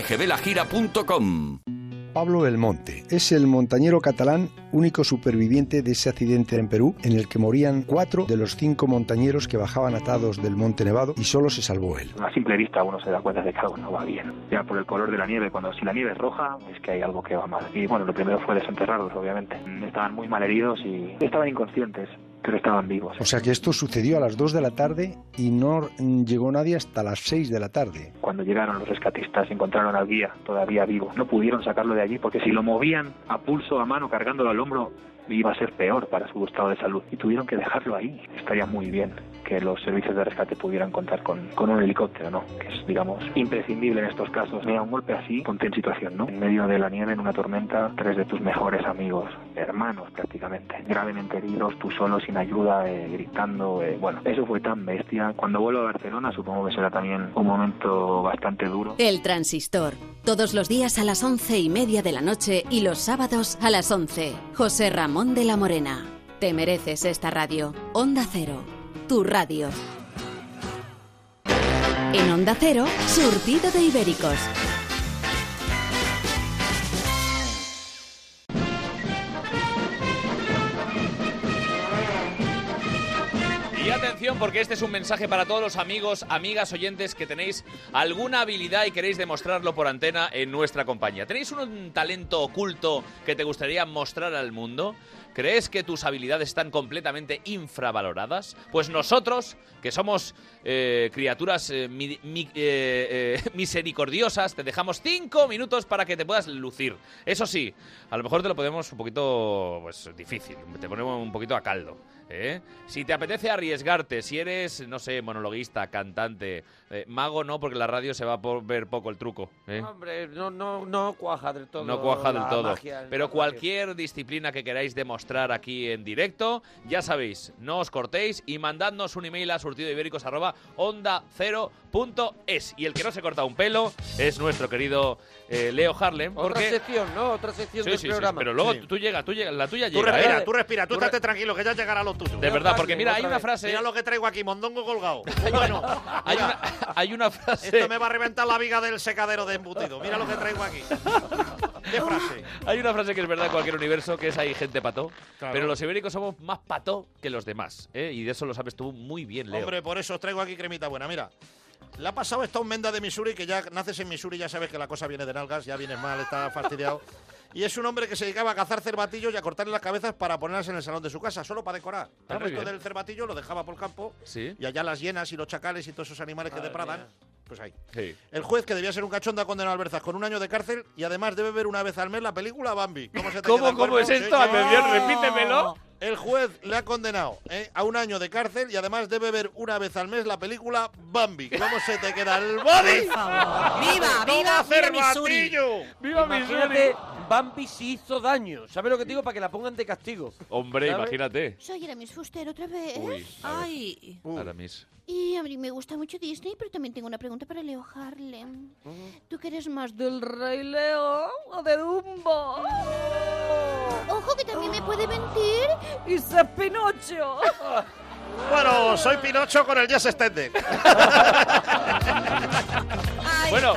Pablo Belmonte. Es el montañero catalán único superviviente de ese accidente en Perú en el que morían cuatro de los cinco montañeros que bajaban atados del Monte Nevado y solo se salvó él.
A simple vista uno se da cuenta de que algo no va bien. Ya por el color de la nieve, cuando si la nieve es roja, es que hay algo que va mal. Y bueno, lo primero fue desenterrarlos, obviamente. Estaban muy mal heridos y estaban inconscientes, pero estaban vivos.
O sea que esto sucedió a las 2 de la tarde y no mm, llegó nadie hasta las 6 de la tarde.
Cuando llegaron los rescatistas encontraron al guía todavía vivo. No pudieron sacarlo de allí porque si lo movían a pulso, a mano, cargándolo al hombro, iba a ser peor para su estado de salud. Y tuvieron que dejarlo ahí. Estaría muy bien que los servicios de rescate pudieran contar con, con un helicóptero, ¿no? Que es, digamos, imprescindible en estos casos. Mira, un golpe así, ponte en situación, ¿no? En medio de la nieve, en una tormenta, tres de tus mejores amigos, hermanos prácticamente, gravemente heridos, tú solo, sin ayuda, eh, gritando. eh, bueno, eso fue tan bestia. Cuando vuelvo a Barcelona, supongo que será también un momento bastante duro.
El Transistor. Todos los días a las once y media de la noche y los sábados a las once. José Ramón de la Morena. Te mereces esta radio. Onda Cero. Tu radio. En Onda Cero, surtido de ibéricos.
Y atención porque este es un mensaje para todos los amigos, amigas, oyentes que tenéis alguna habilidad y queréis demostrarlo por antena en nuestra compañía. ¿Tenéis un talento oculto que te gustaría mostrar al mundo? ¿Crees que tus habilidades están completamente infravaloradas? Pues nosotros, que somos eh, criaturas eh, mi- mi- eh, <laughs> eh, misericordiosas, te dejamos cinco minutos para que te puedas lucir. Eso sí, a lo mejor te lo ponemos un poquito pues, difícil, te ponemos un poquito a caldo. ¿eh? Si te apetece arriesgarte, si eres, no sé, monologuista, cantante, eh, mago no, porque la radio se va a po- ver poco el truco. ¿eh?
Hombre, no, no, no cuaja del todo.
No cuaja del
la
todo.
magia.
Pero cualquier disciplina que queráis demostrar aquí en directo, ya sabéis, no os cortéis y mandadnos un email a surtidoibéricos.onda0.es. Y el que no se corta un pelo es nuestro querido eh, Leo Harlem.
Otra
Porque...
sección, ¿no? Otra sección
Sí,
del
sí, sí,
programa.
pero luego tú llegas, tú llegas, la tuya
Tú
llega. ¿eh?
respira, tú
Respira, tú estate tranquilo, que ya llegará lo tuyo.
De verdad, porque mira, hay una frase.
eh.
Mira lo que traigo aquí,
<laughs>
mondongo colgado.
Hay una, hay una frase.
Esto me va a reventar la viga del secadero de embutido. Mira lo que traigo aquí. ¿Qué frase?
<laughs> Hay una frase que es verdad en cualquier universo, que es hay gente pató. Pero los ibéricos somos más pató que los demás. ¿eh? Y de eso lo sabes tú muy bien, Leo.
Hombre, por eso os traigo aquí cremita buena. Mira, le ha pasado esta menda de Missouri, que ya naces en Missouri, ya sabes que la cosa viene de nalgas, ya vienes mal, está fastidiado. Y es un hombre que se dedicaba a cazar cervatillos y a cortarle las cabezas para ponerlas en el salón de su casa, solo para decorar.
Ah,
El
muy
resto
bien.
del cervatillo lo dejaba por el campo
¿Sí?
y allá las hienas y los chacales y todos esos animales que depradan, pues ahí.
Sí.
El juez, que debía ser un cachondo, ha condenado a Alberzas con un año de cárcel y además debe ver una vez al mes la película Bambi. ¿Cómo, se te
¿Cómo,
queda el
cómo
cuerpo?
es esto? Atención, repítemelo.
El juez le ha condenado ¿eh? a un año de cárcel y además debe ver una vez al mes la película Bambi. ¿Cómo se te queda el body?
¡Viva, viva, viva Missouri!
¡Viva Imagínate,
Missouri!
Bambi sí hizo daño. ¿Sabes lo que te digo? Para que la pongan de castigo.
Hombre,
¿Sabes?
imagínate.
Soy Aramis Fuster otra vez.
¿Eh?
Uy, a ver. Uh.
Ay.
Aramis.
Y a mí me gusta mucho Disney, pero también tengo una pregunta para Leo Harlem. ¿Tú que eres más del Rey León o de Dumbo? Ojo que también me puede mentir. Y ser <laughs> Pinocho.
Bueno, soy Pinocho con el Jazz Extended.
Bueno,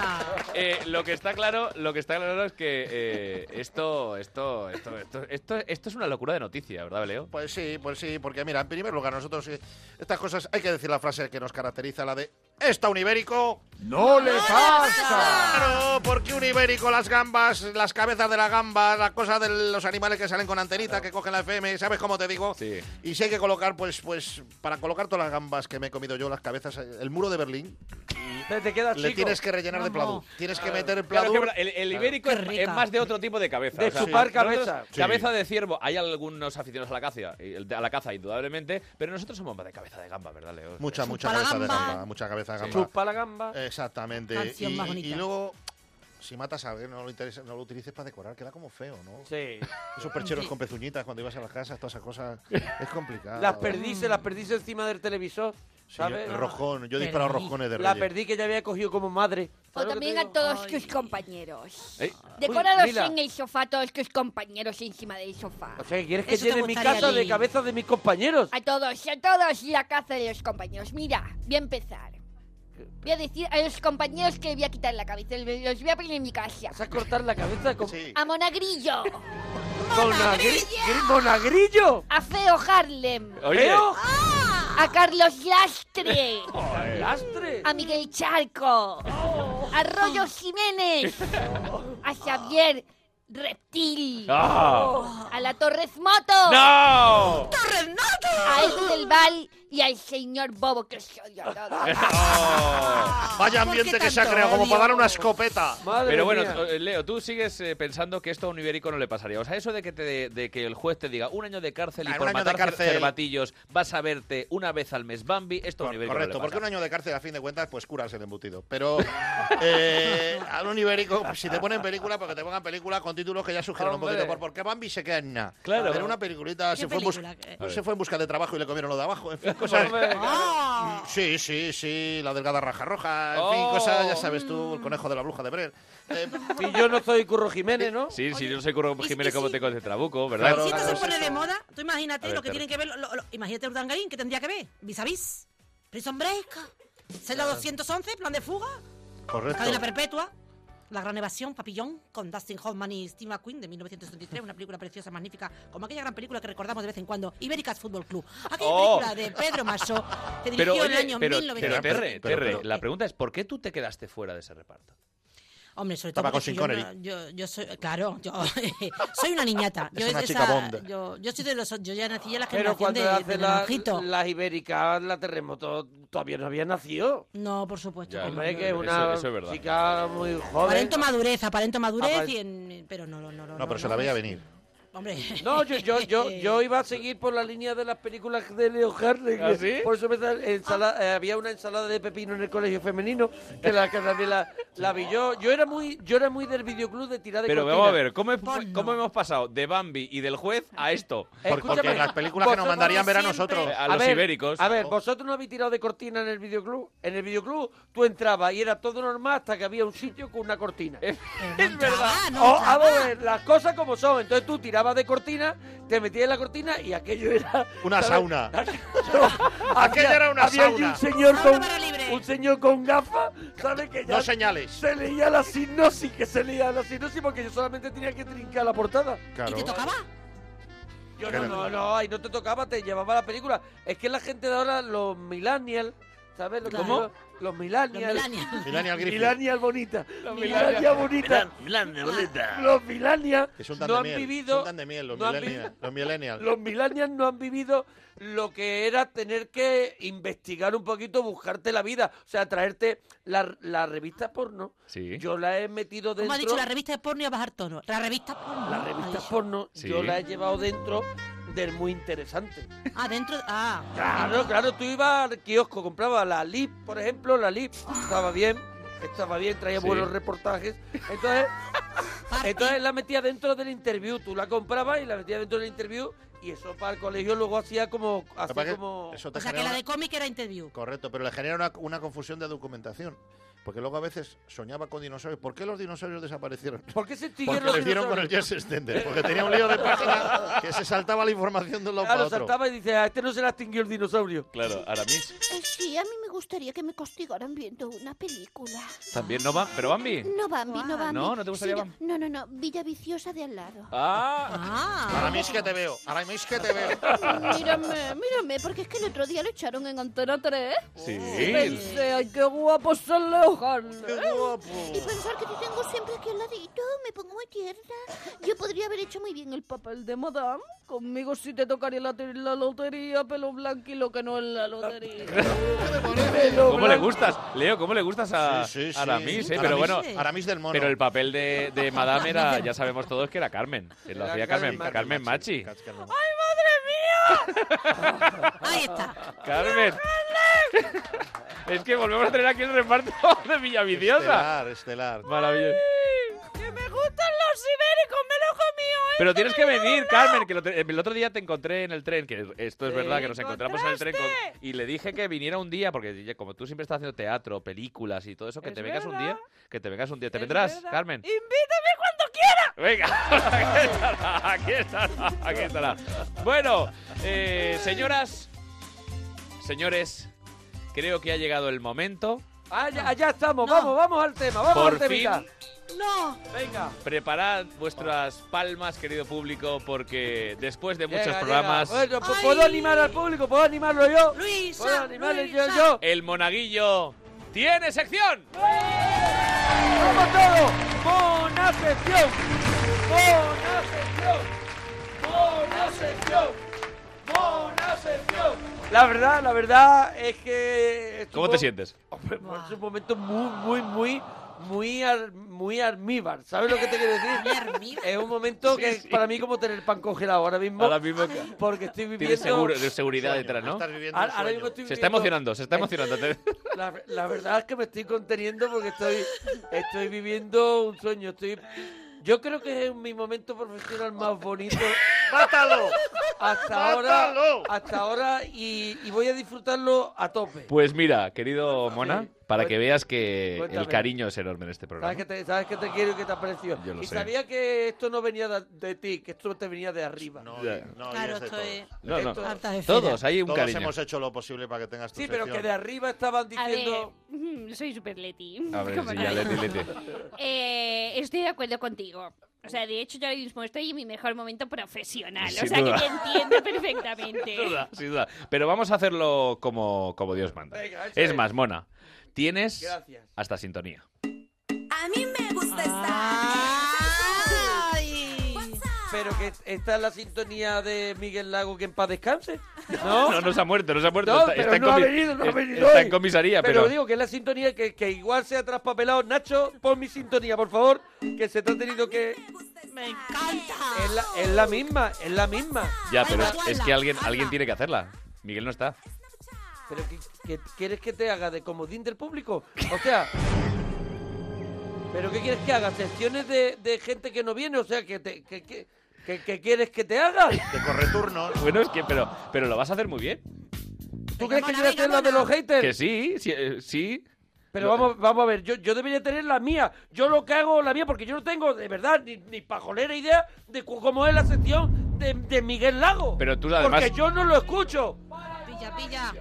eh, lo que está claro, lo que está claro es que eh, esto, esto, esto, esto, esto, esto es una locura de noticia, ¿verdad, Leo?
Pues sí, pues sí, porque mira, en primer lugar, nosotros eh, estas cosas hay que decir la frase que nos caracteriza, la de ¡Está un ibérico!
¡No le pasa!
Claro, porque un ibérico, las gambas, las cabezas de la gamba, las cosas de los animales que salen con antenita, que cogen la FM, ¿sabes cómo te digo?
Sí.
Y si hay que colocar, pues, pues, para colocar todas las gambas que me he comido yo, las cabezas, eh, el muro de Berlín,
Te, te queda
le
chico.
tienes que rellenar de pladur. Tienes que meter el
Claro,
pladur.
es que el, el ibérico es, es más de otro tipo de cabeza.
De chupar cabeza.
nosotros-
Sí.
Cabeza de ciervo. Hay algunos aficionados a la caza, y- a la caza indudablemente, pero nosotros somos más de cabeza de gamba, ¿verdad, Leo?
Mucha, mucha
la
cabeza de
gamba.
gamba. Mucha cabeza de
Sí.
gamba.
Chupa
la gamba.
Exactamente. Este, Y,
Canción más bonita.
y
<laughs>
luego, si matas a alguien, no lo, interesa- no lo utilices para decorar, queda como feo, ¿no?
Sí.
Esos percheros
Sí.
con pezuñitas cuando ibas a las casas, todas esas cosas. Es complicado.
Las perdices, las perdices encima del televisor.
yo-
¿Sabes?
roscón, yo he disparado
Perdí.
roscones de
La
Reyes.
perdí que ya había cogido como madre. ¿Sabes
O
lo que
también
te
a
digo?
todos tus compañeros.
Ey.
Decóralos
Uy, Mila.
en el sofá, todos tus compañeros encima del sofá.
O sea, ¿quieres que
Eso te
llene mi
gustaría
casa
a ti.
de cabeza de mis compañeros?
A todos, a todos, la caza de los compañeros. Mira, voy a empezar. Voy a decir a los compañeros que voy a quitar la cabeza. Los voy a poner en mi casa.
¿Vas a cortar la cabeza con...?
A
<laughs>
Monagrillo.
¿Monagri- ¿Qué- ¿Monagrillo?
A Feo Harlem.
Oye. Feo.
A Carlos Lastre.
Joder. Lastre.
A Miguel Charco. A Rollo Jiménez. A Xavier Reptil.
Ah.
A la Torres Moto.
¡No!
¡Torres Moto! A Ed del Val y al señor Bobo que os odio a todos.
Oh.
Vaya
¿Por
ambiente
qué
que se ha
tanto
creado, como
odio?
para dar una escopeta.
Pero bueno, eh, Leo, tú sigues eh, pensando que esto a un ibérico no le pasaría. O sea, eso de que, te- de que el juez te diga un año de cárcel
Ah,
y
un
por
año de
matar cer-
cárcel.
cervatillos vas a verte una vez al mes Bambi, esto a un ibérico
Correcto,
no le
porque
pasa.
un año de cárcel, a fin de cuentas, pues curas el embutido.
<laughs>
Pero eh, a un ibérico, si te ponen película, porque te pongan película con títulos que ya sugieren un
Hombre.
poquito. por- Porque Bambi se queda en nada.
Claro.
Pero una peliculita
¿Qué
se fue, en bus-
película?
no, se fue en busca de trabajo y le comieron lo de abajo.
<laughs>
En fin, cosas. Mm,
Hombre. Ah.
sí, sí, sí, la delgada raja roja. En fin,
Oh.
cosas, ya sabes tú, el conejo de la bruja de Eh, Brel.
<laughs> Y yo no soy Curro Jiménez, ¿no?
Sí, sí, yo soy Curro Jiménez como te de Trabuco, ¿verdad?
Claro,
Si esto se pone de moda, tú
A
imagínate
ver,
lo que
te-
tienen que ver. lo- lo- lo- imagínate Urdangarín, que tendría que ver. Vis a vis. Prison Break. Celda 211, plan de fuga.
Correcto.
Cadena perpetua. La gran evasión, Papillón, con Dustin Hoffman y Steve McQueen de 1973, una película preciosa, magnífica, como aquella gran película que recordamos de vez en cuando, Ibéricas Fútbol Club. Aquella
Oh.
película de Pedro Masó, que dirigió
Pero,
en el
oye,
año
pero,
1900.
pero, Terre,
pero,
Terre,
pero,
la pregunta es, ¿por qué tú te quedaste fuera de ese reparto?
Hombre, sobre todo
Tabaco
porque
sin
yo,
Connery.
no- yo, yo soy, claro, yo <laughs> soy una niñata.
Es
yo
una
de
chica Bond.
Yo, yo soy de los, yo ya nací en la
Pero
generación
cuando
de,
hace
de
la-
Naranjito.
las ibéricas, la terremoto, todavía no había nacido.
No, por supuesto.
Ya,
que no,
hombre,
no,
que es
no.
una
eso es verdad.
chica muy joven.
Aparento madurez, aparento madurez,
Apare-
y en- pero no, no, no. No,
No, pero se la veía
es-
venir.
Hombre.
No, yo, yo, yo, yo iba a seguir por la línea de las películas de Leo Harley.
¿Ah, sí?
Por eso me sal- ensala- eh, había una ensalada de pepino en el colegio femenino que la que también la, la vi yo. Yo era muy, yo era muy del videoclub de tirar de
Pero
cortina.
vamos a ver, ¿cómo, he- cómo hemos pasado de Bambi y del juez a esto?
Eh, Escúchame, porque las películas que nos vosotros mandarían ver a siempre- nosotros.
A
A
los
ver,
ibéricos.
A ver, vosotros no habéis tirado de cortina en el videoclub. En el videoclub tú entrabas y era todo normal hasta que había un sitio con una
<laughs>
cortina. <laughs> Es, verdad.
Ah,
no
O, a ver, las cosas como son. Entonces tú tirabas de cortina, te metías en la cortina y aquello era.
Una
<laughs>
sauna.
Aquello
era una
había allí
sauna.
un señor con un señor con gafas, ¿sabe que ya
No señales.
Se leía la sinopsis, que se leía la sinopsis porque yo solamente tenía que trincar la portada.
Claro. ¿Y te tocaba?
Yo no,
Claro.
no, no, ahí no te tocaba, te llevaba la película. Es que la gente de ahora, los millennials, ¿sabes? Lo que
¿Cómo?
digo? Los millennials.
Los millennials. Millennial Griffith.
Millennial bonita.
Los
Millennial
millennials.
bonita.
Millennial bonita.
Los millennials
Es un tan
no
de
han
miel,
vivido...
es un tan de miel, los
no han
millennials,
vivido-
los millennials.
los millennials no han vivido lo que era tener que investigar un poquito, buscarte la vida. O sea, traerte la, la revista porno.
Sí.
Yo la he metido dentro.
Como ha dicho, la revista de porno y a bajar tono. La revista porno.
La revista porno
Sí.
yo la he llevado dentro del muy interesante.
Ah, dentro. Ah.
Claro, claro, tú ibas al kiosco, compraba la LIP, por ejemplo, la LIP estaba bien, estaba bien, traía
Sí.
buenos reportajes.
<laughs>
Entonces, entonces la metía dentro del interview, tú la comprabas y la metías dentro del interview y eso para el colegio luego hacía como...
Lo que pasa
Hacía
es que
como...
eso te O sea, genera que la una- de
cómic era interview.
Correcto, pero le genera una, una confusión de documentación. Porque luego a veces soñaba con dinosaurios. ¿Por qué los dinosaurios desaparecieron?
¿Por qué se
Porque
los
les dieron con el
dinosaurios?
Jess Extender. Porque tenía un lío de páginas que se saltaba la información de un lado
Claro,
para otro.
saltaba y dice, a este no se la extinguió el dinosaurio.
Claro, ahora mismo.
Eh, Sí, a mí me gustaría que me castigaran viendo una película.
También no va, pero Bambi.
No Bambi, no Bambi.
Ah, No, ¿no te gustaría
Sí,
Bambi?
No, no, no, Villa Viciosa de al
<laughs>
lado.
Ah.
Ahora mismo que te veo. Ahora mismo que te veo.
Mírame, mírame, porque es que el otro día lo echaron en Antena 3.
Sí.
Y pensé, ay, qué guapo es el Leo Harlem.
Qué guapo.
Y pensar que te tengo siempre aquí al ladito, me pongo muy tierna. Yo podría haber hecho muy bien el papel de madame. Conmigo sí te tocaría la, te- la lotería, pelo blanco y lo que no es la
<laughs>
lotería.
¿Cómo le gustas, Leo? ¿Cómo le gustas a,
Sí, sí, sí.
a Aramis? eh?
Aramis,
Pero bueno,
sí. Aramis del Mono.
Pero el papel de, de Madame era, ya sabemos todos que era Carmen. que Lo
Era
hacía
Carmen
Carmen,
Machi.
Carmen Machi.
Ahí está.
Carmen. <laughs> Es que volvemos a tener aquí el reparto <laughs> de Villaviciosa.
Estelar, estelar.
Maravilloso.
¡Que <laughs> me gustan los ibéricos! ¡Me lo he comido, eh!
Pero tienes que venir, Carmen, que lo te- el otro día te encontré en el tren, que esto es
Te
verdad, que nos encontramos en el tren con- y le dije que viniera un día, porque ya como tú siempre estás haciendo teatro, películas y todo eso, que
Es
te vengas un día, que te vengas un día. ¿Te
Es
vendrás,
verdad.
Carmen?
¡Invítame cuando quiera!
Venga, <laughs> aquí estará, aquí estará, aquí estará. Bueno, eh, señoras, señores, creo que ha llegado el momento
Allá, Ah, allá estamos, vamos, vamos al tema, vamos
Por
al temita.
No.
Venga.
Preparad vuestras palmas, querido público, porque después de muchos
Llega,
programas,
llega. Bueno, pues, puedo animar al público, puedo animarlo yo.
Luisa,
puedo animarlo yo, yo.
el monaguillo tiene sección.
¡Vamos todos! ¡Mona sección! ¡Mona sección! ¡Mona sección! ¡Mona sección! La verdad, la
<laughs>
verdad es que... estuvo-
¿Cómo te sientes?
Hombre, pues, es un momento muy, muy, muy... Muy, ar- muy armíbar, ¿sabes lo que te quiero decir? es un momento que es para mí como tener el pan congelado ahora mismo.
Ahora mismo
porque estoy viviendo.
Tienes seguro, de seguridad
Sueño,
detrás, ¿no?
estás viviendo un Ahora- ahora sueño. mismo estoy
Se está
viviendo-
emocionando, se está emocionando.
La, la verdad es que me estoy conteniendo porque estoy, estoy viviendo un sueño. Estoy, yo creo que es mi momento profesional más bonito. ¡Mátalo! Hasta ahora.
¡Mátalo!
Hasta ahora y, y voy a disfrutarlo a tope.
Pues mira, querido Mona, para que veas que
Cuéntame.
el cariño es enorme en este programa.
Sabes que, te, sabes que te quiero y que te aprecio.
Ah, Yo lo
y
sé.
sabía que esto no venía de, de ti, que esto te venía de arriba.
Ya.
No,
Claro,
y es de
estoy-
todos.
No, no. Todos, hay un
Todos
cariño.
hemos hecho lo posible para que tengas tu
Sí, pero que
sección.
de arriba estaban
A ver,
diciendo.
mm, soy super Leti.
A ver,
¿Cómo
sí,
no?
ya, Leti, Leti.
Eh, estoy de acuerdo contigo. O sea, de hecho, yo ahora mismo estoy en mi mejor momento profesional.
Sin
o sea,
duda.
que te entiendo perfectamente.
Sin duda, sin duda. Pero vamos a hacerlo como, como Dios manda.
Venga, eso
es
es.
más, Mona, tienes
Gracias.
hasta sintonía.
A mí me gusta
Ah.
estar. Ay.
Pero que está en la sintonía de Miguel Lago que en paz descanse.
<laughs> No, no, se ha muerto, no se ha muerto.
No,
está,
pero
está en
no ha
comi-
venido, no ha
es-
venido
está
hoy.
en comisaría,
pero...
pero,
digo que es la sintonía que, que igual se ha traspapelado. Nacho, pon mi sintonía, por favor, que se te ha tenido que...
Me encanta.
Es la, es la misma, es la misma.
ya, pero es- es que alguien, alguien tiene que hacerla. Miguel no está.
¿Pero qué, qué- quieres que te haga de comodín del público? O sea... ¿Pero qué quieres que haga? ¿Secciones de, de gente que no viene? O sea, que te... Que, que- que- que quieres que te haga?
Que corre turnos.
Bueno, es que, pero, pero lo vas a hacer muy bien.
¿Tú crees que yo voy a hacer la de los haters?
Que sí, sí. eh, sí.
Pero
Lo-
vamos, vamos a ver, yo, yo debería tener la mía. Yo lo que hago la mía, porque yo no tengo de verdad ni, ni pajolera idea de cu- cómo es la sección de, de Miguel Lago.
Pero tú además-
Porque yo no lo escucho.
Pilla, pilla.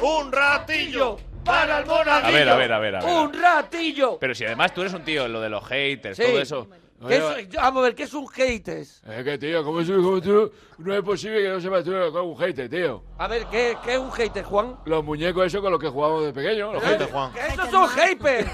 ¡Un ratillo!
¡Para el monaguillo!
A ver, a ver, a ver, a ver.
¡Un ratillo!
Pero si además tú eres un tío, lo de los haters,
Sí.
todo eso.
¿Qué es- vamos a ver, ¿qué es un haters?
Es que, tío, como tú, como tú, no es posible que no sepas tú lo que es un hater, tío.
A ver, ¿qué, qué es un hater, Juan?
Los muñecos esos con los que jugábamos de pequeño, los haters,
Juan.
¡Que ¡Esos son haters!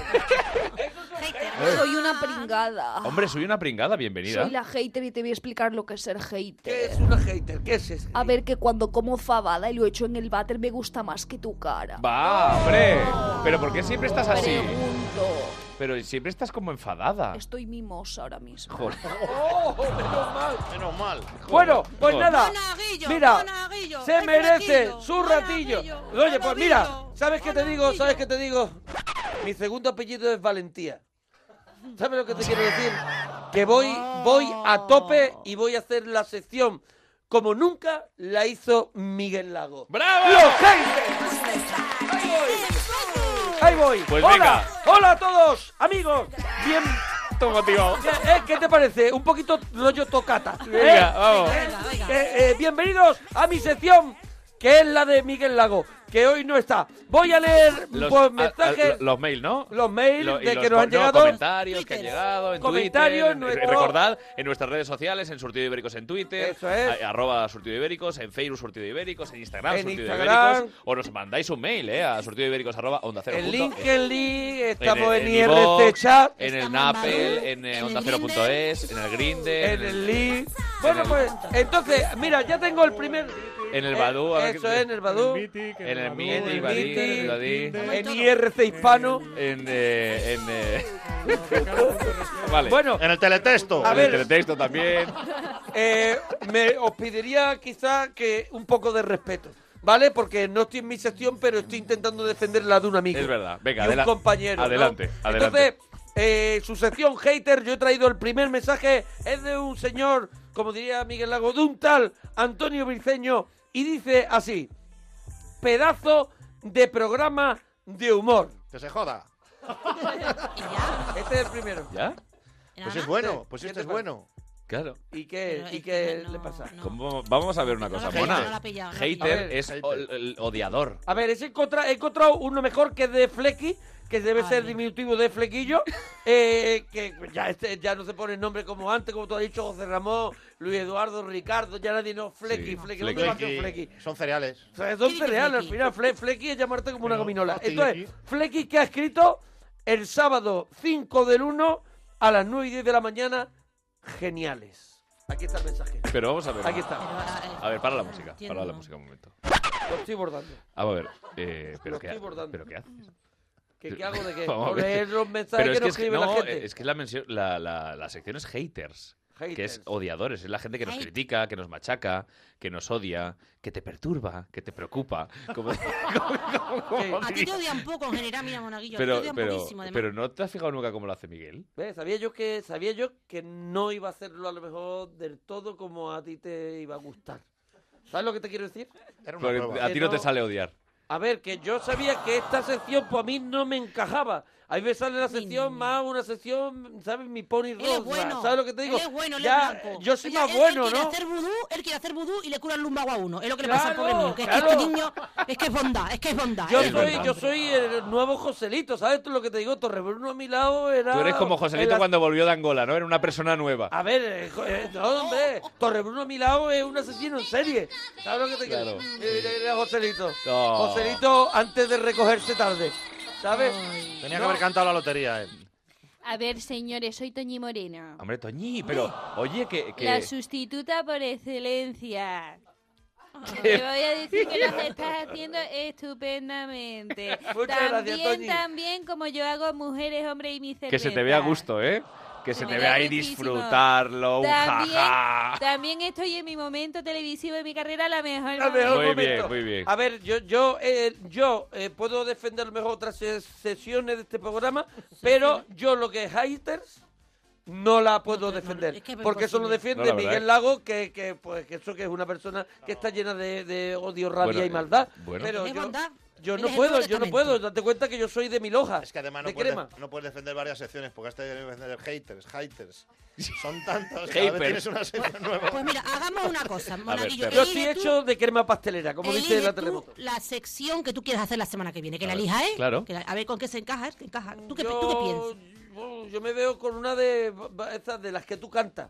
Soy una pringada.
Hombre, soy una pringada, bienvenida.
Soy la hater y te voy a explicar lo que es ser hater.
¿Qué es una hater? ¿Qué es eso?
A ver, que cuando como fabada y lo echo en el váter me gusta más que tu cara.
Va, hombre. Pero ¿por qué siempre estás así?
Pregunto.
Pero siempre estás como enfadada.
Estoy mimosa ahora mismo.
Ah.
<laughs>
Joder.
¡Oh, menos mal!
Menos mal.
Bueno, pues
Joder.
nada.
Monaguillo,
Mira,
monaguillo,
se
el
merece
monaguillo,
su ratillo.
monaguillo,
Oye, pues mira, ¿sabes qué te digo? ¿Sabes qué te digo? Mi segundo apellido es Valentía. ¿Sabes lo que te quiero decir? Que voy, voy a tope y voy a hacer la sección como nunca la hizo Miguel Lago.
¡Bravo!
¡Los haters! Ahí voy. Ahí voy.
Pues
hola,
venga.
hola a todos, amigos. Bien.
Todo motivado.
¿Qué, eh, qué te parece? Un poquito rollo tocata. ¿eh?
Venga, vamos.
¿Eh? Eh, eh, bienvenidos a mi sección, que es la de Miguel Lago, que hoy no está. Voy a leer
Los,
pues,
a- a-
mensajes,
los mails, ¿no?
los mails
Lo- y
de
los
que nos
co-
han
no,
llegado.
comentarios que han llegado en
Comentarios,
Twitter.
nuestro-
en- Recordad en nuestras redes sociales, en Surtido Ibéricos en Twitter,
Eso es.
a- arroba Surtido Ibéricos, en Facebook Surtido Ibéricos, en Instagram
En
Surtido
Instagram.
Ibéricos, o nos mandáis un mail eh, a surtidobéricos arroba onda cero
En
punto
LinkedIn, estamos en,
iVoox,
IRC Chat.
en el Napel, en eh, onda cero punto es, en el Grindr,
En el Link. Bueno, pues entonces, mira, ya tengo el primer.
en el Badoo, a ver
Eso
qué-
es, en el Badoo.
en el Meet,
eh, en el
Ibadí,
Meeting,
Ibadí,
en IRC Hispano.
en, eh, en, eh, vale.
Bueno,
En el teletexto.
A
En
ver.
el teletexto también.
<laughs> Eh, me, os pediría quizá que un poco de respeto, ¿vale? Porque no estoy en mi sección, pero estoy intentando defender la de un amigo.
Es verdad. Venga,
y un
adela-
compañero. ¿no?
adelante, adelante.
Entonces, eh, su sección hater, yo he traído el primer mensaje, es de un señor, como diría Miguel Lago, de un tal Antonio Briceño, y dice así, pedazo de programa de humor.
Que se joda.
Este es el primero.
¿Ya?
Pues es bueno, pues
¿Qué te
este es
parece?
bueno.
Claro.
¿Y qué, y qué le pasa?
¿Cómo- Vamos a ver una cosa,
la ha
Mona.
pillado, no la ha pillado, no la ha
hater
pillado.
es o- el odiador.
A ver, he encontrado, he encontrado uno mejor que de Flecky, que debe ser diminutivo de Flequillo, eh, que ya, este, ya no se pone el nombre como antes, como tú has dicho, José Ramón, Luis Eduardo, Ricardo, ya nadie no, Flecky, Flecky, ¿dónde va a ser Flecky?
Son cereales.
O sea, son cereales, al final Fle- Flecky es llamarte como una gominola.
Flecky.
Entonces, Flecky que ha escrito el sábado 5 del 1 a las 9 y 10 de la mañana, geniales. Aquí está el mensaje.
Pero eh, vamos a ver.
Aquí está.
A ver, para la música. Para la música un momento.
Lo estoy bordando.
Vamos a ver. eh, pero,
Lo
qué,
estoy bordando.
¿Pero qué haces?
¿Qué, qué hago de qué?
<laughs> Vamos a
¿O
ver.
leer los mensajes
Pero
que
es
nos
es
escribe la
no,
<laughs> gente?
Es que la, mención- la, la- la sección es haters, Que
Haters.
es odiadores, es la gente que nos
Hate.
critica, que nos machaca, que nos odia, que te perturba, que te preocupa.
<laughs>
Como,
A ti te odian poco en general, mira, Monaguillo. a ti te
pero,
odian
pero,
poquísimo, además.
pero no te has fijado nunca cómo lo hace Miguel.
¿Ves? Sabía yo que sabía yo que no iba a hacerlo a lo mejor del todo como a ti te iba a gustar. ¿Sabes lo que te quiero decir?
Porque a ti no te sale odiar.
A ver, que yo sabía que esta sección pues a mí no me encajaba. A mí me sale la sección más una sección, ¿sabes? Mi pony rosa.
bueno,
¿Sabes lo que te digo?
Él es bueno, él
Ya,
es blanco.
Yo soy
Oye,
más
él-
bueno,
él quiere
¿no?
Hacer vudú, él quiere hacer vudú y le cura el lumbago a uno. Es lo que le pasa al
Claro,
pobre mío. Que es que
claro.
este niño, es que es bondad, Ah, es que es bondad.
Yo
es
soy,
bondad.
yo soy el nuevo Joselito, ¿sabes? Tú lo que te digo, Torrebruno a mi lado era...
Tú eres como
el
Joselito cuando volvió de Angola, ¿no? Era una persona nueva.
A ver, eh, jo- eh, no, hombre, Torrebruno a mi lado es un asesino en serie. ¿Sabes lo que te quiero?
Claro.
Eh, eh, eh, Joselito.
No.
Joselito antes de recogerse tarde. ¿Sabes?
Tenía que haber cantado la lotería él.
A ver, señores, soy Toñi Moreno.
eh. Hombre, Toñi, pero oye, que... que-
La sustituta por excelencia. Te voy a decir que lo estás haciendo estupendamente.
<laughs> Muchas gracias,
también,
Toñi.
también como yo hago mujeres, hombres y mi
que se te vea a gusto, ¿eh? Que se te
me
vea
da
ahí
riquísimo.
disfrutarlo, un
También,
jaja.
también estoy en mi momento televisivo de mi carrera la mejor.
<laughs> Al mejor
Muy bien,
momento.
muy bien.
A ver, yo yo eh, yo eh, puedo defender mejor otras se- sesiones de este programa, pero yo lo que es haters no la puedo defender,
es
porque eso lo
imposible.
defiende
No, la verdad
Miguel
es-
Lago, que, que pues que eso que es una persona que está llena de, de odio, rabia
Bueno, eh,
y maldad.
bueno.
Pero
Es
yo,
bondad.
yo
Él
no
es el
puedo,
nuevo
yo no puedo. Date cuenta que yo soy de mil hojas.
Es que además no,
de
puedes,
crema.
no puedes defender varias secciones porque has tenido que defender haters,
<laughs>
haters. Son tantos. Cada vez
Haters.
tienes una sección nueva.
Pues mira, hagamos una
<laughs>
cosa, Monaguillo.
yo estoy
elige tú-
hecho de crema pastelera, como dice
elige
la
tú
telemoto.
la sección que tú quieras hacer la semana que viene. Que la elija él.
claro.
que la- a ver con qué se encaja. él, que encaja. ¿Tú qué,
yo, mm,
¿Tú qué piensas?
yo- yo me veo con una de va- estas de las que tú cantas.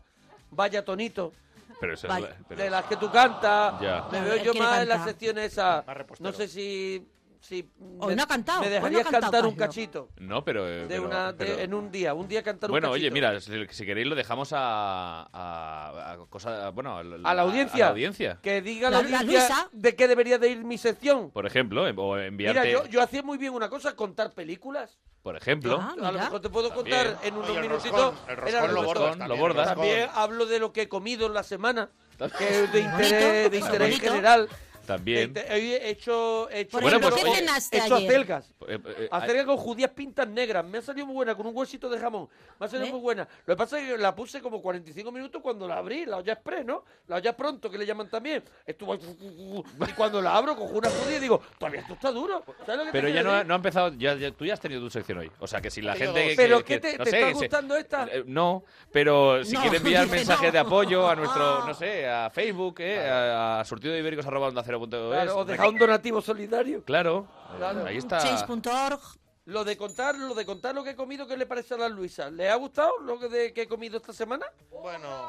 Vaya tonito.
Pero eso es...
Vaya,
la- pero-
de las que tú cantas.
Ya.
Me
No,
veo
él
yo
quiere
más en las
cantar.
secciones esas. No sé si. si
Hoy
me,
no ha cantado,
me
hoy no ha
dejarías
cantado,
cantar un
Carlos.
cachito.
No, pero... eh,
De
pero-
una, de-
pero-
en un día. Un día cantar
Bueno,
un
oye,
cachito.
mira, si si queréis lo dejamos a, a, a cosa- bueno,
A la audiencia.
a la audiencia.
Que diga la,
La- la
audiencia
Luisa.
de qué debería de ir mi sección.
Por ejemplo, em- o enviarte,
Mira, yo, yo hacía muy bien una cosa, contar películas.
por ejemplo,
a lo mejor te puedo contar
También.
en unos
Oye, el
minutitos.
roscón, el
era
roscón lo
roscón.
bordas también, Lo bordas.
También
roscón.
hablo de lo que he comido en la semana, que es de
Bonito,
interés, de
bonito.
interés general.
también.
Te- Hoy he hecho, he hecho,
Por Bueno, ejemplo, pues, ¿qué
he-
cenaste
he hecho
ayer?
acelgas.
Eh, eh,
Acelgas con judías pintas negras. Me ha salido muy buena, con un huesito de jamón. Me ha salido
¿Eh?
muy buena. Lo que pasa es que la puse como 45 minutos cuando la abrí, la olla express, ¿no? La olla pronto, que le llaman también. Estuvo... Y cuando la abro, cojo una judía y digo, todavía esto está duro. ¿Sabes lo que te
Pero ya
quiero
no ha,
decir?
no ha empezado, ya, ya- tú ya has tenido tu sección hoy. O sea, que si la
Pero-
gente... que-
¿Pero
que-
qué
que-
te,
no
te
sé,
está
que se-
gustando esta?
eh, no, pero si
No,
quiere
<laughs>
enviar
dice
mensajes
no. Ah.
de apoyo a nuestro, no sé, a Facebook, eh, a, a surtido de ibéricos
Claro, o deja un donativo solidario.
Claro, eh,
Claro.
ahí está.
Lo de contar, lo de contar lo que he comido, ¿qué le parece a la Luisa? ¿Le ha gustado lo que, de- que he comido esta semana?
Bueno.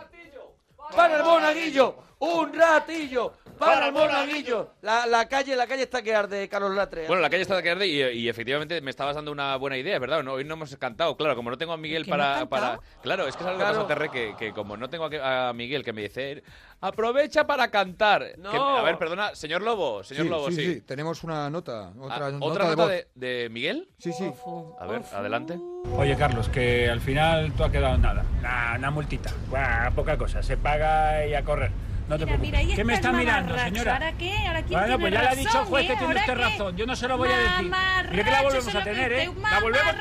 Para el monaguillo, un ratillo, para el monaguillo. La, la calle, la calle está que arde, Carlos Latre.
Bueno, la calle está de que arde y, y efectivamente me estabas dando una buena idea, ¿verdad? No, hoy no hemos cantado, claro, como no tengo a Miguel
¿Que no has
para, para...
cantado?
Claro, es que es algo
Claro.
que pasa, Terre, que, que como no tengo a, a Miguel que me dice, aprovecha para cantar.
No.
Que- a ver, perdona, señor Lobo, señor Lobo, sí.
Tenemos una nota. Otra,
Ah,
nota,
¿Otra
de,
nota
voz.
de, de Miguel?
Sí, sí.
A ver, adelante.
Oye, Carlos, que al final tú has quedado en nada. Nah, una multita. Buah, poca cosa. Se paga y a correr. No te
Mira,
preocupes.
mira, ahí
¿Qué me está
estás
mirando,
mamarracho.
señora?
¿Ahora qué? ¿Ahora quién
Bueno,
tiene
pues ya le ha
razón,
dicho el juez
eh?
que tiene
¿Ahora
usted
qué?
razón. Yo no se lo voy a decir. Mira que la
Mamarracho,
volvemos
eso
a
es lo que
tener, ¿eh?
dice,
La volvemos.